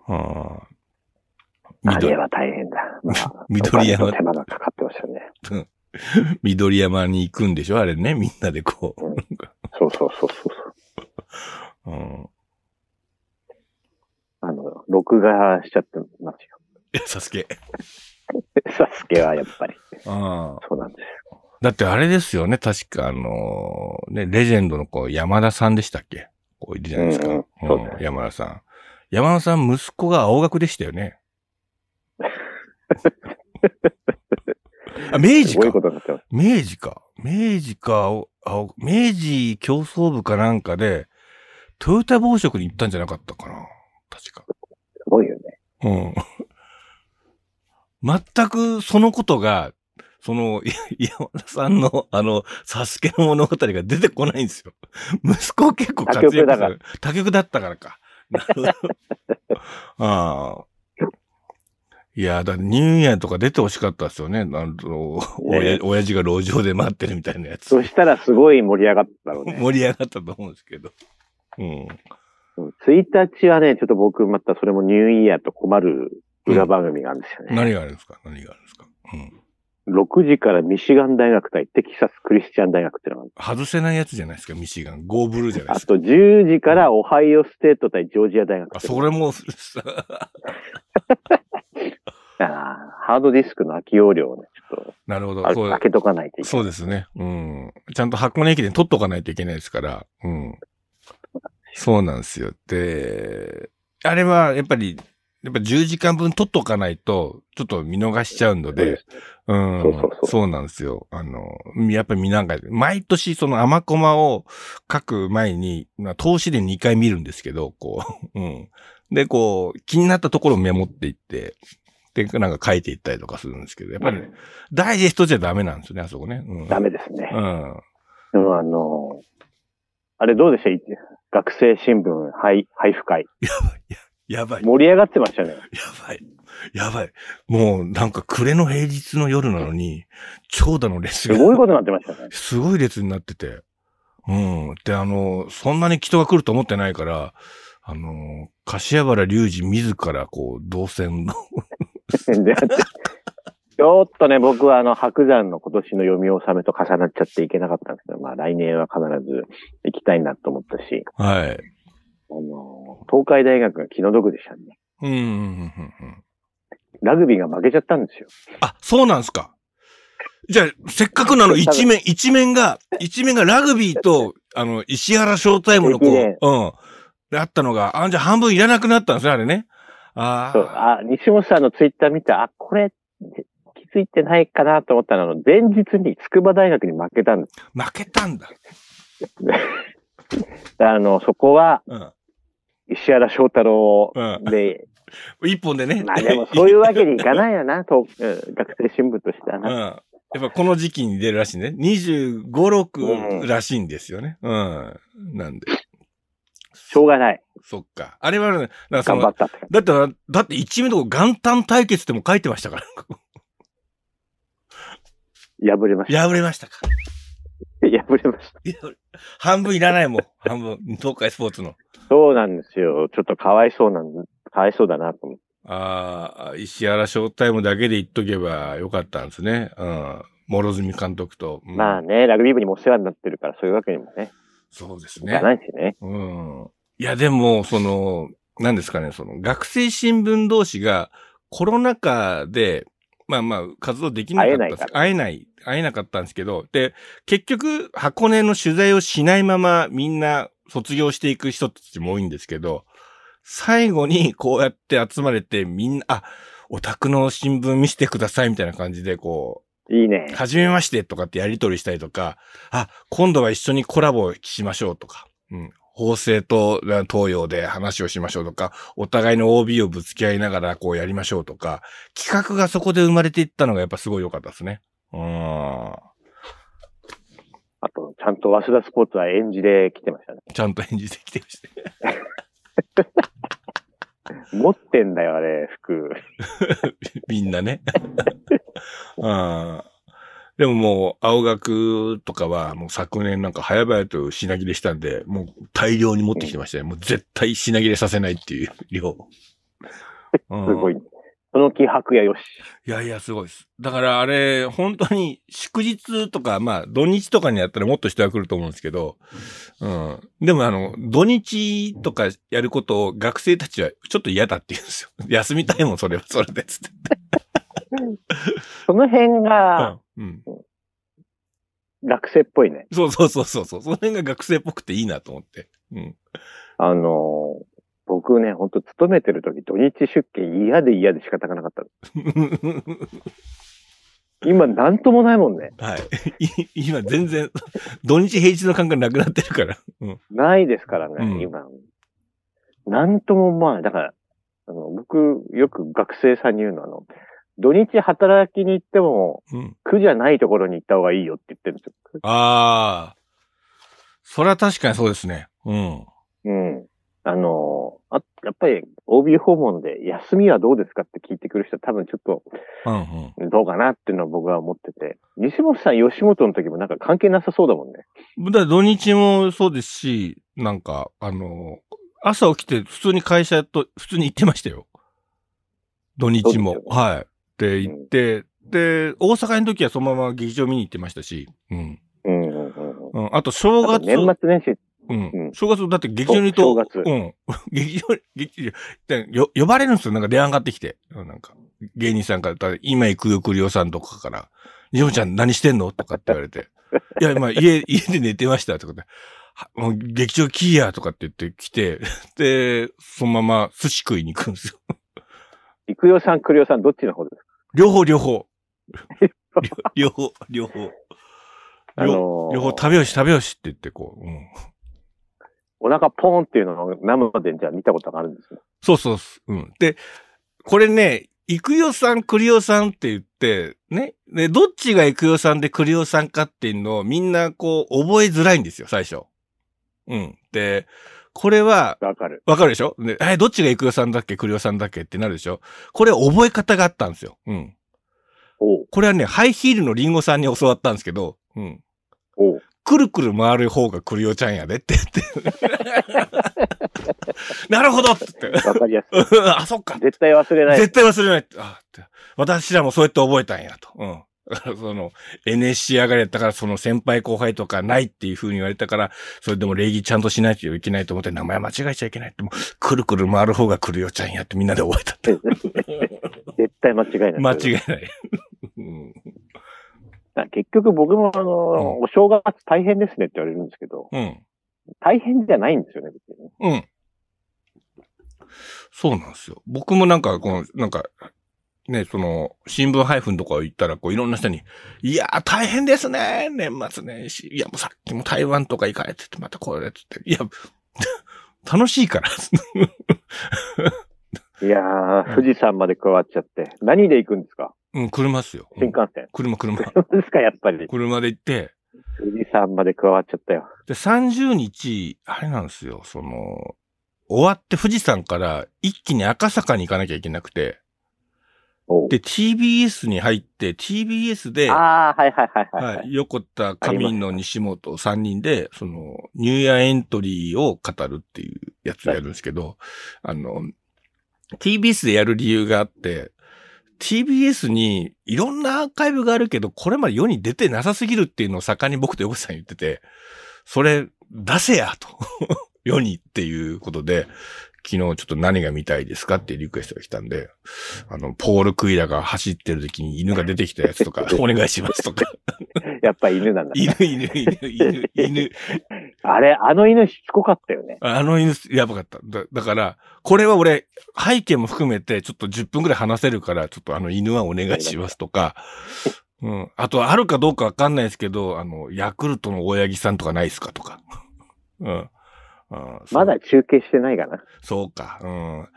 Speaker 1: あ
Speaker 2: あれ
Speaker 1: 緑
Speaker 2: は大変だ。まあ
Speaker 1: 緑山
Speaker 2: お金と手間がかかってましたね。
Speaker 1: 緑山に行くんでしょあれね、みんなでこう。
Speaker 2: そうそうそうそう。
Speaker 1: うん、
Speaker 2: あの、録画しちゃってますよ。
Speaker 1: いやサスケ。
Speaker 2: サ スケはやっぱり。
Speaker 1: ああ。
Speaker 2: そうなんですよ。
Speaker 1: だってあれですよね、確かあのーね、レジェンドのこう、山田さんでしたっけこう、いるじゃないですか。
Speaker 2: うんうんそうだね
Speaker 1: ん山田さん。山田さん、息子が青学でしたよ ね。あ、明治
Speaker 2: すごい
Speaker 1: か
Speaker 2: こ。とになってます。
Speaker 1: 明治か。明治か、青青明治競争部かなんかで、トヨタ暴食に行ったんじゃなかったかな。確か。
Speaker 2: すごいよね。
Speaker 1: うん。全くそのことが、その、い山田さんの、あの、サスケの物語が出てこないんですよ。息子結構活躍する
Speaker 2: 他局だから。
Speaker 1: 他局だったからか。 なるほど。ああ。いや、だってニューイヤーとか出てほしかったですよね。あの、おや
Speaker 2: ね
Speaker 1: 親父が路上で待ってるみたいなやつ
Speaker 2: そ。したらすごい盛り上がったろう ね。
Speaker 1: 盛り上がったと思うんですけど。うん。
Speaker 2: 1日はね、ちょっと僕またそれもニューイヤーと困る裏番組があるんですよね。
Speaker 1: 何があるんですか何があるんですかうん。
Speaker 2: 6時からミシガン大学対テキサスクリスチャン大学っていうのが
Speaker 1: 外せないやつじゃないですか、ミシガン。ゴーブルーじゃない
Speaker 2: あ
Speaker 1: ですか。
Speaker 2: と10時からオハイオステート対ジョージア大学って
Speaker 1: あ、
Speaker 2: いう
Speaker 1: それも、 さ
Speaker 2: あーハードディスクの空き容量をね、ちょっと、
Speaker 1: なるほど。
Speaker 2: あ
Speaker 1: こう
Speaker 2: 開けとかないといけない。
Speaker 1: そうですね。うん。ちゃんと箱根駅伝取っとかないといけないですから。うん。そうなんですよ。で、あれはやっぱり、やっぱ10時間分取っとかないと、ちょっと見逃しちゃうので、うん。
Speaker 2: そうそうそう
Speaker 1: そうなんですよ。あの、やっぱり見ながら、毎年その甘駒を書く前に、まあ、投資で2回見るんですけど、こう、 うん。で、こう、気になったところをメモっていって、で、なんか書いていったりとかするんですけど、やっぱり、ね、ダイジェストじゃダメなんですよね、あそこね。うん。
Speaker 2: ダメですね
Speaker 1: う。ん。
Speaker 2: でもあの、あれどうでした学生新聞配配布会。
Speaker 1: やばい。や
Speaker 2: 盛り上がってましたね。
Speaker 1: ばい。やばい。もう、なんか暮れの平日の夜なのに、長蛇の列
Speaker 2: す
Speaker 1: が、
Speaker 2: ごいことになってましたね。
Speaker 1: すごい列になってて。うん。で、あの、そんなに人が来ると思ってないから、あの、柏原隆二自ら、こう、動線の、
Speaker 2: でちょっとね、僕はあの、白山の今年の読み納めと重なっちゃっていけなかったんですけど、まあ来年は必ず行きたいなと思ったし、
Speaker 1: はい。
Speaker 2: あの、東海大学が気の毒でしたね。
Speaker 1: うんうんうんうんうん。
Speaker 2: ラグビーが負けちゃったんですよ。
Speaker 1: あ、そうなんすか。じゃあ、せっかくなの一面、一面が、一面がラグビーと、あの、石原翔太ものこ
Speaker 2: 駅伝
Speaker 1: う、うん。であったのが、あ、じゃあ半分いらなくなったんですね、あれね。あ
Speaker 2: そう
Speaker 1: あ。
Speaker 2: あ、西本さんのツイッター見た、あ、これ、気づいてないかなと思ったのはあの、前日に筑波大学に負けたんで
Speaker 1: 負けたんだ。
Speaker 2: す。あの、そこは
Speaker 1: うん。
Speaker 2: 石原翔太郎
Speaker 1: うん。
Speaker 2: で、
Speaker 1: 一本でね。
Speaker 2: まあでもそういうわけにいかないよな、と、うん学生新聞としては
Speaker 1: うん。
Speaker 2: な。
Speaker 1: やっぱこの時期に出るらしいね。25、
Speaker 2: う
Speaker 1: 6
Speaker 2: ん
Speaker 1: らしいんですよね。うん。なんで。
Speaker 2: しょうがない。
Speaker 1: そっか。あれはね、なんかそ
Speaker 2: 頑
Speaker 1: の
Speaker 2: 張ったって感じ。
Speaker 1: だって、だって一面のとこ元旦対決っても書いてましたから。
Speaker 2: 破れまし
Speaker 1: 破れましたか。
Speaker 2: た。破れました。
Speaker 1: いや俺半分いらないもん。半分。東海スポーツの。
Speaker 2: そうなんですよ。ちょっとかわいそうなんで、かわいそうだなと思って。
Speaker 1: ああ、石原翔タイムだけで言っとけばよかったんですね。うん。諸角監督と。うん
Speaker 2: まあね、ラグビー部にもお世話になってるから、そういうわけにもね、
Speaker 1: そうです
Speaker 2: い
Speaker 1: ね
Speaker 2: か。ないしね。
Speaker 1: うん。いや、でも、その、何ですかね、その、学生新聞同士が、コロナ禍で、まあまあ、活動できなかったんです会えない、会えなかったんですけど、で、結局、箱根の取材をしないまま、みんな卒業していく人たちも多いんですけど、最後にこうやって集まれて、みんな、あ、お宅の新聞見せてくださいみたいな感じで、こう、
Speaker 2: いいね。
Speaker 1: はじめましてとかってやりとりしたりとか、あ、今度は一緒にコラボしましょうとか、うん。法制とな東洋で話をしましょうとか、お互いの OB をぶつけ合いながらこうやりましょうとか、企画がそこで生まれていったのがやっぱすごい良かったですね。うーん。
Speaker 2: あと、ちゃんと早稲田スポーツは演じで来てましたね。
Speaker 1: ちゃんと演じてきてました。
Speaker 2: 持ってんだよ、あれ、服。
Speaker 1: みんなね。 うんでももう、青学とかは、もう昨年なんか早々と品切れしたんで、もう大量に持ってきてましたね。もう絶対品切れさせないっていう量。うん
Speaker 2: すごい。その気迫やよし。
Speaker 1: いやいや、すごいです。だからあれ、本当に祝日とか、まあ土日とかにやったらもっと人が来ると思うんですけど、うん。でもあの、土日とかやることを学生たちはちょっと嫌だって言うんですよ。 休みたいもん、それは、それで、つって。
Speaker 2: その辺が
Speaker 1: うん。うん
Speaker 2: 学生っぽいね。
Speaker 1: そうそうそうそうそう。その辺が学生っぽくていいなと思って。うん。
Speaker 2: あのー僕ね、ほんと勤めてる時、土日出勤嫌で嫌で仕方がなかったの。今、なんともないもんね。
Speaker 1: はい。い今全然、土日平日の感覚なくなってるから。うん。
Speaker 2: ないですからね、
Speaker 1: うん
Speaker 2: 今。なんともまあ、だから、あの、僕、よく学生さんに言うのは、あの、土日働きに行っても、
Speaker 1: うん。
Speaker 2: 苦じゃないところに行った方がいいよって言ってるんですよ。
Speaker 1: ああ。それは確かにそうですね。うん。
Speaker 2: うん。あの、あやっぱり OB 訪問で休みはどうですかって聞いてくる人は多分ちょっと
Speaker 1: うんうん。
Speaker 2: どうかなっていうのは僕は思ってて。西本さん、吉本の時もなんか関係なさそうだもんね。
Speaker 1: だから土日もそうですし、なんか、あの、朝起きて普通に会社と、普通に行ってましたよ。土日も。
Speaker 2: そうですよね
Speaker 1: はい。で、行って、で、大阪の時はそのまま劇場見に行ってましたし、うん。
Speaker 2: うんうんうんう
Speaker 1: う
Speaker 2: ん。
Speaker 1: ん、あと正
Speaker 2: あ
Speaker 1: 月
Speaker 2: と。年末年始、
Speaker 1: うん
Speaker 2: うん
Speaker 1: 正月、だって劇場にいると、
Speaker 2: そう正月
Speaker 1: うん。 劇場、劇場でよ、呼ばれるんですよ。なんか電話上がってきて。うんなんか、芸人さんから、ただ今行くよくりおさんとかから、ジョンちゃん何してんのとかって言われ て。いや、まあ、家、家で寝てましたとかって。はもう劇場キーやとかって言って来て、 で、そのまま寿司食いに行くんですよ。
Speaker 2: 育代さん、栗代さん、どっちの方ですか
Speaker 1: 両方、両 方。両方、両方。
Speaker 2: あのー
Speaker 1: 両方食べよし食べよしって言ってこう。うん、
Speaker 2: お腹ポーンっていうのを生でじゃあ見たことがあるんですよ。
Speaker 1: そうそうそう。うん。で、これね、育代さん、栗代さんって言って、ね。で、どっちが育代さんで栗代さんかっていうのをみんなこう覚えづらいんですよ、最初。うん。で、これは、
Speaker 2: わかる。
Speaker 1: わかるでしょで、え、どっちが育代さんだっけ栗代さんだっけってなるでしょこれ覚え方があったんですよ。うん。
Speaker 2: おう、
Speaker 1: これはね、ハイヒールのリンゴさんに教わったんですけど、うん。
Speaker 2: おう。
Speaker 1: くるくる回る方がクリオちゃんやでって言って。 なるほどって言って。
Speaker 2: わかりや すい。
Speaker 1: うんあ、そっか。
Speaker 2: 絶対忘れない。
Speaker 1: 絶対忘れないって。あって私らもそうやって覚えたんやと。うん。 だからその、NSC 上がりやったから、その先輩後輩とかないっていう風に言われたから、それでも礼儀ちゃんとしないといけないと思って、名前間違えちゃいけないって、もうくるくる回る方がクリオちゃんやってみんなで覚えた って。
Speaker 2: 絶対間違いない。
Speaker 1: 間違い ない。うん
Speaker 2: な結局僕もあの、お正月大変ですねって言われるんですけど、
Speaker 1: うん。
Speaker 2: 大変じゃないんですよね、別に。
Speaker 1: うん。そうなんですよ。僕もなんか、この、なんか、ね、その、新聞配布のとか行ったら、こう、いろんな人に、いやー、大変ですね、年末年始。いや、もうさっきも台湾とか行かれてて、またこれ、つって。いや、 楽しいから。
Speaker 2: いやー、富士山まで加わっちゃって。何で行くんですか
Speaker 1: うん、車っすよ。う
Speaker 2: 新
Speaker 1: ん
Speaker 2: 幹線。
Speaker 1: 車、車。
Speaker 2: そうですか、やっぱり。
Speaker 1: 車で行って、
Speaker 2: 富士山まで加わっちゃったよ。
Speaker 1: で、30日、あれなんですよ、その、終わって富士山から一気に赤坂に行かなきゃいけなくて、
Speaker 2: おう
Speaker 1: で、TBS に入って、TBS で、
Speaker 2: あー、はいはいはいはい、はい
Speaker 1: はい、横田、上野、西本3人で、その、ニューイヤーエントリーを語るっていうやつをやるんですけど、あの、TBS でやる理由があって、TBS にいろんなアーカイブがあるけど、これまで世に出てなさすぎるっていうのを盛んに僕と横田さん言ってて、それ出せやと。 世にっていうことで、昨日ちょっと何が見たいですかっていうリクエストが来たんで、あの、ポール・クイラが走ってる時に犬が出てきたやつと か、お願いしますとか。
Speaker 2: やっぱ犬なんだ。
Speaker 1: 犬、犬、犬、犬、犬。
Speaker 2: あれ、あの犬しつこかったよね。
Speaker 1: あの犬、やばかった。だだから、これは俺、背景も含めて、ちょっと10分くらい話せるから、ちょっとあの犬はお願いしますとか、うん。あと、あるかどうかわかんないですけど、あの、ヤクルトの大八木さんとかないですかとか。うん。あーそう
Speaker 2: まだ中継してないかな。
Speaker 1: そうか。うん。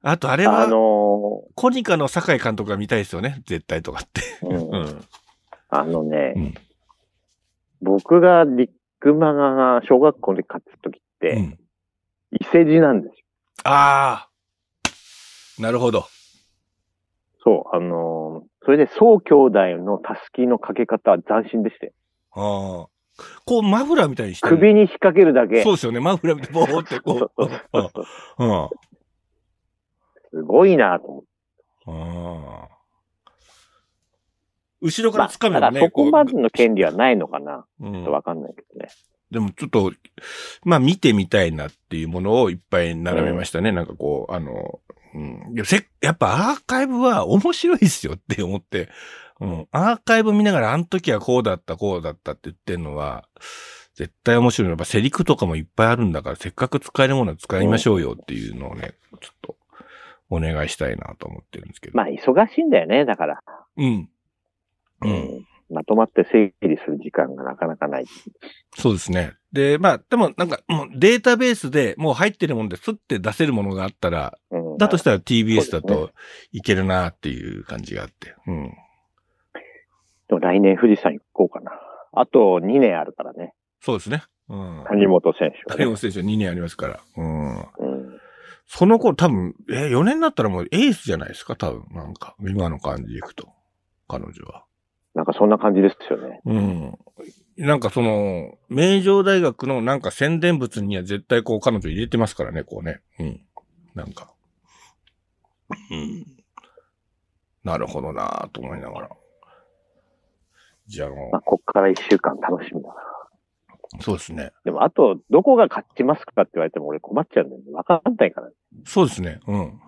Speaker 1: あと、あれ
Speaker 2: あ
Speaker 1: は、
Speaker 2: の
Speaker 1: コニカの酒井監督が見たいですよね。絶対とかって。
Speaker 2: ー、うん
Speaker 1: うん。
Speaker 2: あのね、
Speaker 1: うん
Speaker 2: 僕がリックマガが小学校で買った時って、
Speaker 1: うん、
Speaker 2: 伊勢路なんですよ。
Speaker 1: ああ。なるほど。
Speaker 2: そう、あのーそれで、宋兄弟のたすきのかけ方は斬新でしたよ。
Speaker 1: ああ。こう、マフラーみたいにしてる。
Speaker 2: 首に引っ掛けるだけ。
Speaker 1: そうですよね。マフラーみたいにボーって
Speaker 2: そう
Speaker 1: こう。
Speaker 2: そうそう
Speaker 1: うん。
Speaker 2: すごいなと思って。
Speaker 1: ああ。後ろか
Speaker 2: ま
Speaker 1: ら
Speaker 2: あ、だか
Speaker 1: 掴めば
Speaker 2: ら
Speaker 1: ね。
Speaker 2: そこまで
Speaker 1: こ
Speaker 2: の権利はないのかな
Speaker 1: うう
Speaker 2: ちょ
Speaker 1: ん
Speaker 2: っとわかんないけどね。
Speaker 1: でもちょっと、まあ見てみたいなっていうものをいっぱい並べましたね。なんかこう、あの、うん。いやせやっぱアーカイブは面白いっすよって思って、うん。アーカイブ見ながら、あの時はこうだった、こうだったって言ってんのは、絶対面白いの。やっぱセリフとかもいっぱいあるんだから、せっかく使えるものは使いましょうよっていうのをね、ちょっと、お願いしたいなと思ってるんですけど。
Speaker 2: まあ、忙しいんだよね、だから。
Speaker 1: うん。うん。
Speaker 2: まとまって整理する時間がなかなかない。
Speaker 1: そうですね。で、まあ、でもなんか、もうデータベースでもう入ってるもんで、すって出せるものがあったら、
Speaker 2: うん、
Speaker 1: だとしたら TBS
Speaker 2: そう
Speaker 1: だ
Speaker 2: ですね
Speaker 1: といけるなっていう感じがあって。うん。
Speaker 2: でも来年富士山行こうかな。あと2年あるからね。
Speaker 1: そうですね。うん。
Speaker 2: 谷本選手はね、
Speaker 1: 谷本選手は2年ありますから。うん。
Speaker 2: うん。
Speaker 1: その頃多分、え、4年になったらもうエースじゃないですか多分。なんか、今の感じでいくと。彼女は。
Speaker 2: なんかそんな感じですよね。
Speaker 1: うん。なんかその、名城大学のなんか宣伝物には絶対こう彼女入れてますからね、こうね。うん。なんか。うん。なるほどなぁと思いながら。じゃああ
Speaker 2: まあ、
Speaker 1: の、
Speaker 2: こっから1週間楽しみだな。
Speaker 1: そうですね。
Speaker 2: でも、あと、どこが勝ちますかって言われても俺困っちゃうんだよね。わかんないから。
Speaker 1: そうですね。うん。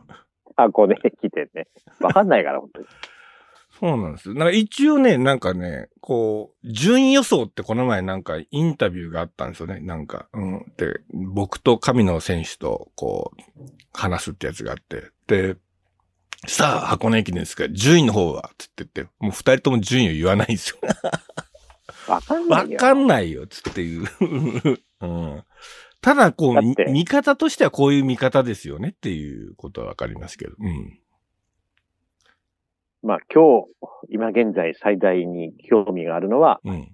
Speaker 2: あ、こうね、来てね。わかんないから、本当に。
Speaker 1: そうなんです。なんか一応ね、なんかね、こう、順位予想ってこの前なんかインタビューがあったんですよね。なんか、うん。で、僕と神野選手と、こう、話すってやつがあって。で、さあ、箱根駅伝ですから、順位の方は、つって言って、もう二人とも順位を言わないんです よ。
Speaker 2: わかんな
Speaker 1: わ
Speaker 2: いよ。
Speaker 1: かんないよ、つっていう。 うん。ただ、こう、
Speaker 2: だ
Speaker 1: み
Speaker 2: って
Speaker 1: 見方としてはこういう見方ですよねっていうことはわかりますけど。うん。
Speaker 2: まあ今日、今現在最大に興味があるのは、
Speaker 1: うん。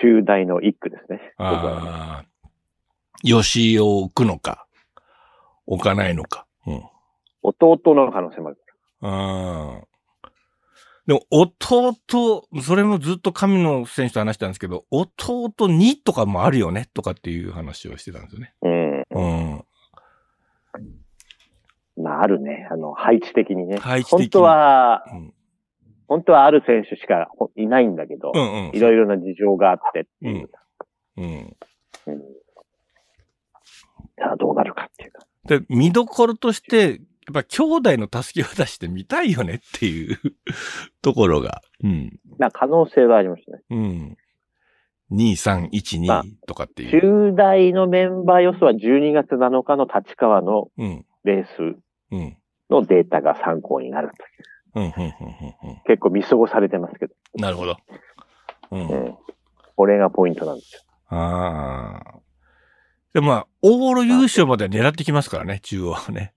Speaker 2: 中大の一区ですね。僕はね
Speaker 1: ああ。吉井を置くのか、置かないのか。うん。
Speaker 2: 弟の可能性もある。
Speaker 1: ああ。でも、弟、それもずっと神野選手と話したんですけど、弟2とかもあるよね、とかっていう話をしてたんですよね。
Speaker 2: うん。
Speaker 1: う
Speaker 2: まああるね。あの、配置的にね。
Speaker 1: 配置的に
Speaker 2: 本当は、
Speaker 1: うん
Speaker 2: 本当はある選手しかほいないんだけど、
Speaker 1: ん。うんうん。
Speaker 2: いろいろな事情があってっていう。
Speaker 1: うん。
Speaker 2: さあどうなるかっていうか。
Speaker 1: で、見どころとして、やっぱ兄弟の助けを出してみたいよねっていうところが。うん。
Speaker 2: まあ可能性はありますね。
Speaker 1: うん。2312とかっていう。
Speaker 2: 中大のメンバー予想は12月7日の立川の
Speaker 1: うん。
Speaker 2: レース
Speaker 1: うん。
Speaker 2: のデータが参考になるという
Speaker 1: うん、うん、うん、うん。うん
Speaker 2: 結構見過ごされてますけど。
Speaker 1: なるほど。うん。
Speaker 2: うん。これがポイントなんですよ。
Speaker 1: ああ。でもまあ、オール優勝までは狙ってきますからね、中央はね。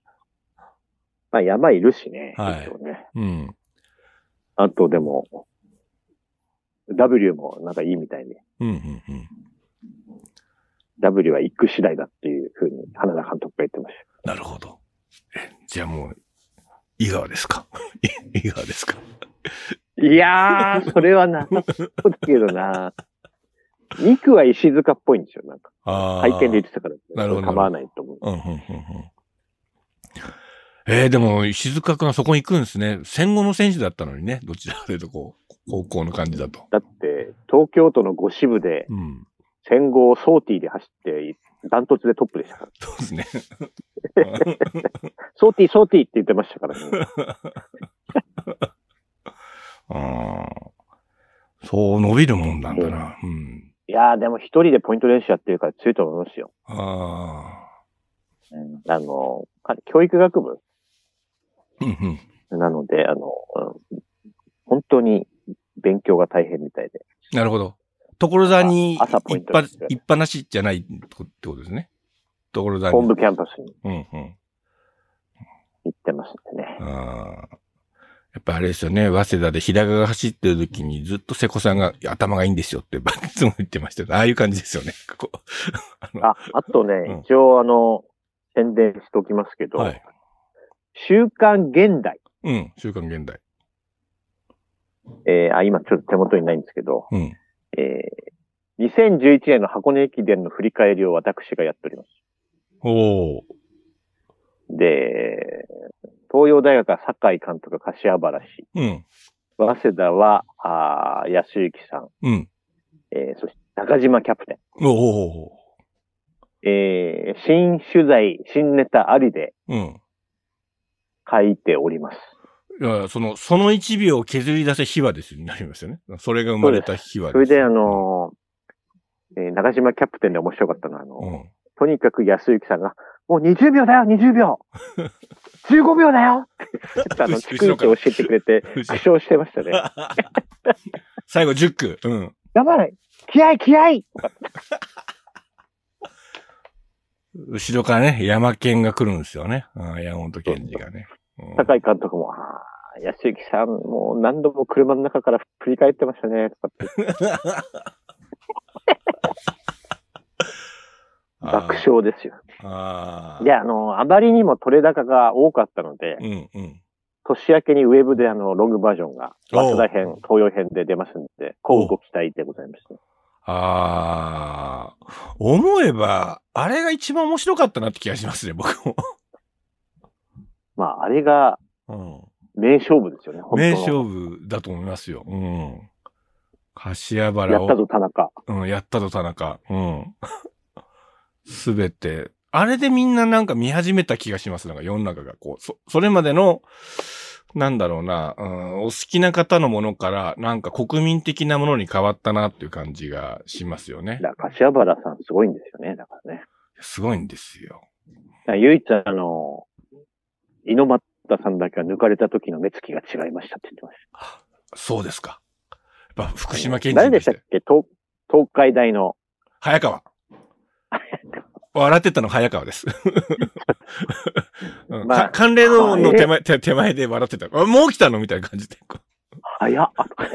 Speaker 2: まあ山いるしね。
Speaker 1: はい
Speaker 2: 一応ね。
Speaker 1: うん。
Speaker 2: あとでも、W もなんかいいみたいに、
Speaker 1: うん、うん、うん。
Speaker 2: W は行く次第だっていうふうに花田監督が言ってました。
Speaker 1: なるほど。え、じゃあもう、井川です か井川ですか
Speaker 2: いや ー、それはなさそうだけどな。2区は石塚っぽいんですよ、なんか。
Speaker 1: ああ。
Speaker 2: 会見で言ってたから、
Speaker 1: なるほど
Speaker 2: 構わないと思う。
Speaker 1: うん、うん、うん、うん。えー、でも、石塚くんはそこに行くんですね。戦後の選手だったのにね、どちらかというと、こう、高校の感じだと。
Speaker 2: だって、東京都の5支部で、
Speaker 1: うん。
Speaker 2: 戦後ソーティーで走って、ダントツでトップでしたから。
Speaker 1: そうですね。
Speaker 2: ソーティー、ソーティーって言ってましたから ね。
Speaker 1: ああ。そう伸びるもんなんだな。うん。
Speaker 2: いやー、でも一人でポイント練習やってるから強いと思いますよ。
Speaker 1: あ
Speaker 2: あの、彼教育学部
Speaker 1: あ。うんうん。
Speaker 2: なので、あの、うん本当に勉強が大変みたいで。
Speaker 1: なるほど。所沢に
Speaker 2: あ朝ポ
Speaker 1: い
Speaker 2: イ
Speaker 1: っ
Speaker 2: ント
Speaker 1: ぱ
Speaker 2: ですね
Speaker 1: いっぱなしじゃないってことですね。所沢
Speaker 2: 本
Speaker 1: に。
Speaker 2: 部キャンパスに
Speaker 1: うんうん。
Speaker 2: 行ってますんでね。
Speaker 1: ああ。やっぱあれですよね。早稲田で平川が走ってる時にずっと瀬古さんがいや頭がいいんですよってばいつも言ってましたよねああいう感じですよね。ここ
Speaker 2: あ、あとね、
Speaker 1: うん
Speaker 2: 一応あの、宣伝しておきますけど、
Speaker 1: はい。
Speaker 2: 週刊現代、
Speaker 1: うん。週刊現代。
Speaker 2: えーあ、今ちょっと手元にないんですけど、
Speaker 1: うん。
Speaker 2: えー2011年の箱根駅伝の振り返りを私がやっております。
Speaker 1: おお。
Speaker 2: で、東洋大学は酒井監督、柏原氏、
Speaker 1: うん。
Speaker 2: 早稲田は、あー安幸さん、
Speaker 1: うん。
Speaker 2: えーそして中島キャプテン、
Speaker 1: おお。
Speaker 2: えー新取材、新ネタありで
Speaker 1: うん。
Speaker 2: 書いております。
Speaker 1: いやその、その一秒を削り出せ秘話ですよになりますよね。それが生まれた秘話
Speaker 2: それで、あ、のーえー中島キャプテンで面白かったのは、あのー
Speaker 1: うん。
Speaker 2: とにかく安幸さんが、もう20秒だよ、20秒 !15 秒だよって、あの、
Speaker 1: 後
Speaker 2: 逐
Speaker 1: ろ
Speaker 2: 一
Speaker 1: から
Speaker 2: 教えてくれて、苦笑してました ね。
Speaker 1: 最後10区。うん。
Speaker 2: 頑張れ気合い気合い
Speaker 1: 後ろからね、山県が来るんですよね。うん山本健二がね。うん
Speaker 2: 高井監督も、ああ、安幸さん、もう何度も車の中から振り返ってましたね、とかって爆。笑ですよ。
Speaker 1: あーあー。
Speaker 2: で、あの、あまりにも取れ高が多かったので、
Speaker 1: うんうん。
Speaker 2: 年明けにウェブであの、ロングバージョンが、
Speaker 1: お
Speaker 2: 早
Speaker 1: う
Speaker 2: 稲田編、東洋編で出ますんで、
Speaker 1: おう
Speaker 2: 今後期待でございます。
Speaker 1: ああ。思えば、あれが一番面白かったなって気がしますね、僕
Speaker 2: まあ、あれが
Speaker 1: も。
Speaker 2: 名勝負ですよね、
Speaker 1: うん。
Speaker 2: 本当
Speaker 1: 名
Speaker 2: の
Speaker 1: 勝負だと思いますよ。うん。柏
Speaker 2: や
Speaker 1: 原
Speaker 2: っ
Speaker 1: を
Speaker 2: たぞ、田中。
Speaker 1: うん、やったと田中。うん。 すべて。あれでみんななんか見始めた気がします。なんか世の中がこう、そ、それまでの、なんだろうな、うん、お好きな方のものから、なんか国民的なものに変わったなっていう感じがしますよね。
Speaker 2: だから柏原さんすごいんですよね、だからね。
Speaker 1: すごいんですよ。
Speaker 2: だから唯一あの、猪俣さんだけは抜かれた時の目つきが違いましたって言ってまし
Speaker 1: そうですか。やっぱ
Speaker 2: た。
Speaker 1: 福島県
Speaker 2: 誰
Speaker 1: 人
Speaker 2: で
Speaker 1: と
Speaker 2: し
Speaker 1: した、
Speaker 2: ってけ東東海大の。
Speaker 1: 早川。笑ってたの早川です。 うん
Speaker 2: まあ
Speaker 1: か関連のの手前、手手前で笑ってた。あもう来たのみたいな感じで。こ
Speaker 2: 早っ、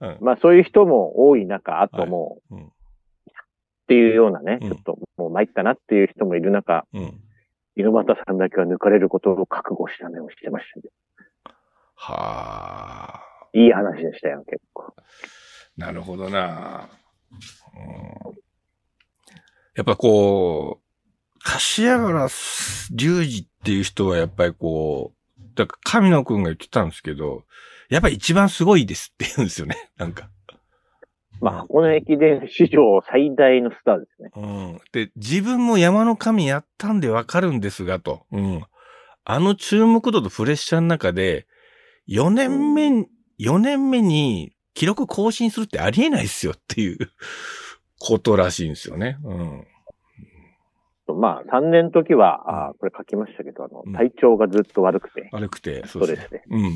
Speaker 1: うん
Speaker 2: まあそういう人も多い中、あともう、
Speaker 1: はいうん
Speaker 2: っていうようなね、
Speaker 1: うん
Speaker 2: ちょっともう参ったなっていう人もいる中、
Speaker 1: ううん。
Speaker 2: 猪俣さんだけは抜かれることを覚悟した目をしてましたね。
Speaker 1: はあ。
Speaker 2: いい話でしたよ、結構。
Speaker 1: なるほどな、うん、やっぱこう、柏原隆二っていう人はやっぱりこう、だから神野くんが言ってたんですけど、やっぱり一番すごいですって言うんですよね、なんか。
Speaker 2: まあ、箱根駅伝史上最大のスターですね。
Speaker 1: うん。で、自分も山の神やったんでわかるんですが、と。うん。あの注目度とプレッシャーの中で、4年目、4年目に記録更新するってありえないですよっていうことらしいんですよね。うん。
Speaker 2: まあ、3年の時は、あーこれ書きましたけど、あの
Speaker 1: うん、
Speaker 2: 体調がずっと悪くて、
Speaker 1: 悪くて、
Speaker 2: ス
Speaker 1: そ
Speaker 2: ト
Speaker 1: う
Speaker 2: レ
Speaker 1: ですね。
Speaker 2: スで、
Speaker 1: うん。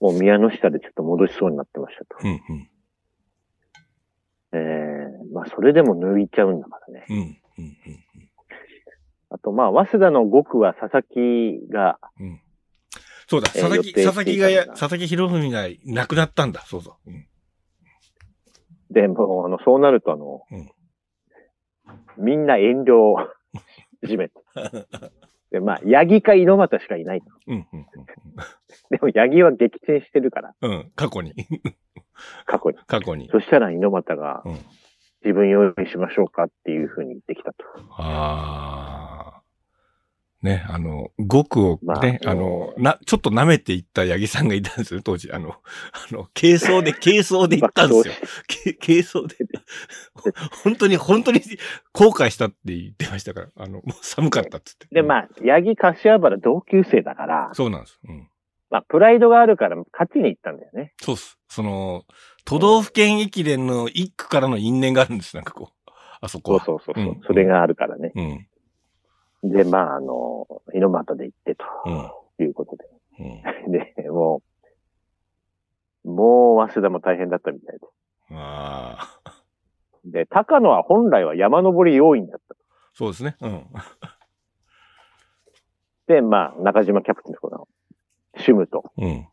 Speaker 2: もう宮の下でちょっと戻しそうになってましたと。
Speaker 1: うん、うん、
Speaker 2: えー、まあ、それでも抜いちゃうんだからね。
Speaker 1: うん、うん、うん
Speaker 2: あと、まあ、早稲田の5区は佐々木が、
Speaker 1: うん。そうだ、
Speaker 2: えー
Speaker 1: 佐々木、
Speaker 2: 予定してい
Speaker 1: 佐
Speaker 2: た
Speaker 1: 々木がや、
Speaker 2: のが
Speaker 1: 佐々木博文が亡くなったんだ、そうそう。うん、
Speaker 2: でもう、あの、そうなると、あの、
Speaker 1: うん
Speaker 2: みんな遠慮を 始めて。で、まあ、八木か猪俣しかいないと。
Speaker 1: うん、うん
Speaker 2: でも、八木は撃沈してるから、
Speaker 1: うん。うん、過去に、
Speaker 2: 過去に。
Speaker 1: 過去に。
Speaker 2: そしたら猪俣が
Speaker 1: うん、
Speaker 2: 自分用意しましょうかっていうふうに言ってきたと。
Speaker 1: ああ。ね、あの、語句を
Speaker 2: まあ
Speaker 1: ね、あ、の、な、ちょっと舐めていった八木さんがいたんですよ、当時。あの、あの、軽装 で、軽装で行ったんですよ。
Speaker 2: 爆走し
Speaker 1: け軽 装で。本当に、本当に後悔したって言ってましたから、あの、もう寒かったっつって。
Speaker 2: で、まあ、八木柏原同級生だから、
Speaker 1: そうなんです。うん。
Speaker 2: まあ、プライドがあるから勝ちに行ったんだよね。
Speaker 1: そうっす。その、都道府県駅伝の一区からの因縁があるんです、なんかこう。あそこ
Speaker 2: そう
Speaker 1: は。
Speaker 2: そうそうそう、
Speaker 1: うん
Speaker 2: それがあるからね。
Speaker 1: うん。
Speaker 2: で、まあ、あの、猪俣で行って
Speaker 1: うん。
Speaker 2: ということで。
Speaker 1: うん。
Speaker 2: で、もう、もう、早稲田も大変だったみたい
Speaker 1: ああ。
Speaker 2: で。で、高野は本来は山登り要員だっ
Speaker 1: そうですね。うん。
Speaker 2: た。で、まあ、中島キャプテンとこの、シムと、
Speaker 1: うん。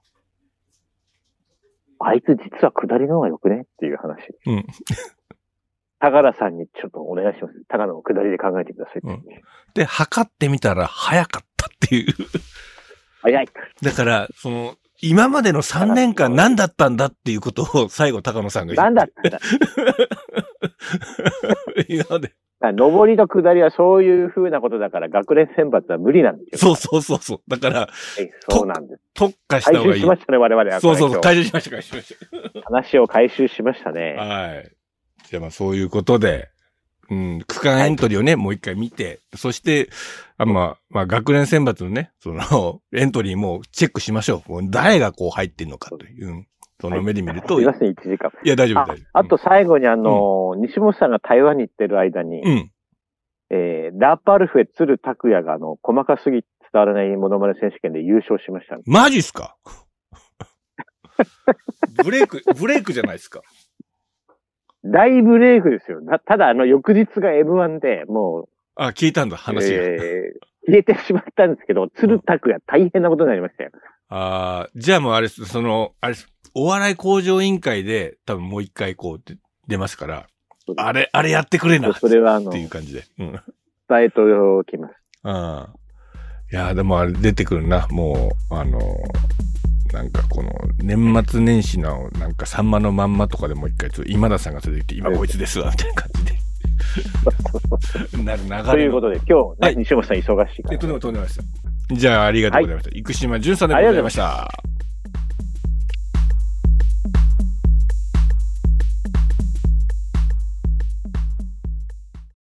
Speaker 2: あいつ実は下りの方が良くねっていう話。
Speaker 1: うん。
Speaker 2: 高田さんにちょっとお願いします。高野を下りで考えてくださいって。
Speaker 1: うんで、測ってみたら早かったっていう。
Speaker 2: 早い。
Speaker 1: だから、その、今までの3年間何だったんだっていうことを最後高野さんが言っ
Speaker 2: なんだったんだ。
Speaker 1: 今まで。
Speaker 2: 上りと下りはそういう風なことだから、学連選抜は無理なんですよ。
Speaker 1: そうそうそうそう。だから、
Speaker 2: えそうなんです。
Speaker 1: 特化した
Speaker 2: 回
Speaker 1: 方が
Speaker 2: 収
Speaker 1: いい
Speaker 2: し。ましたね、我々は。
Speaker 1: そうそうそう。
Speaker 2: こ
Speaker 1: 解
Speaker 2: れ
Speaker 1: 除しました、解除しまし
Speaker 2: 今日話を回収しましたね
Speaker 1: た。。はい。じゃあまあそういうことで、うん、区間エントリーをね、もう一回見て、そして、あまあ、まあ学年選抜のね、その、 エントリーもチェックしましょう。もう誰がこう入ってんのかという、うんその目で見ると、
Speaker 2: す
Speaker 1: い
Speaker 2: いません、1時間。
Speaker 1: や大丈夫
Speaker 2: あ
Speaker 1: 大丈夫。
Speaker 2: あと最後にあのー、西本さんが台湾に行ってる間に、
Speaker 1: うん、
Speaker 2: えー、ラパルフェ鶴拓也があの、細かすぎて伝わらないモノマネ選手権で優勝しましたね、
Speaker 1: マジっすか ブレイク、ブレイクじゃないですか。
Speaker 2: 大ブレイクですよ。なただあの、翌日が M1 で、も
Speaker 1: あ、聞いたんだ、
Speaker 2: う、
Speaker 1: 話が。
Speaker 2: えー消えてしまったんですけど、鶴拓也大変なことになりましたよ。
Speaker 1: ああ、じゃあもうあれっす、その、あれっす、お笑い工場委員会で、多分もう一回こうで出ますから、あれ、あれやってくれな、っ
Speaker 2: それはあの、
Speaker 1: てい
Speaker 2: 伝
Speaker 1: う感じで。うん。
Speaker 2: えておきます。
Speaker 1: あいやー、でもあれ出てくるな、もう、あのーなんかこの、年末年始の、なんか、さんまのまんまとかでもう一回、ちょっと今田さんが連れてきて、今こいつですわ、みたいな感 じで。なる流れの。
Speaker 2: ということで、今日、ね
Speaker 1: はい
Speaker 2: 西本さん忙しいから
Speaker 1: え、とんでもとんでもないです。じゃあ、ありがとうございました。生島淳さんでございました。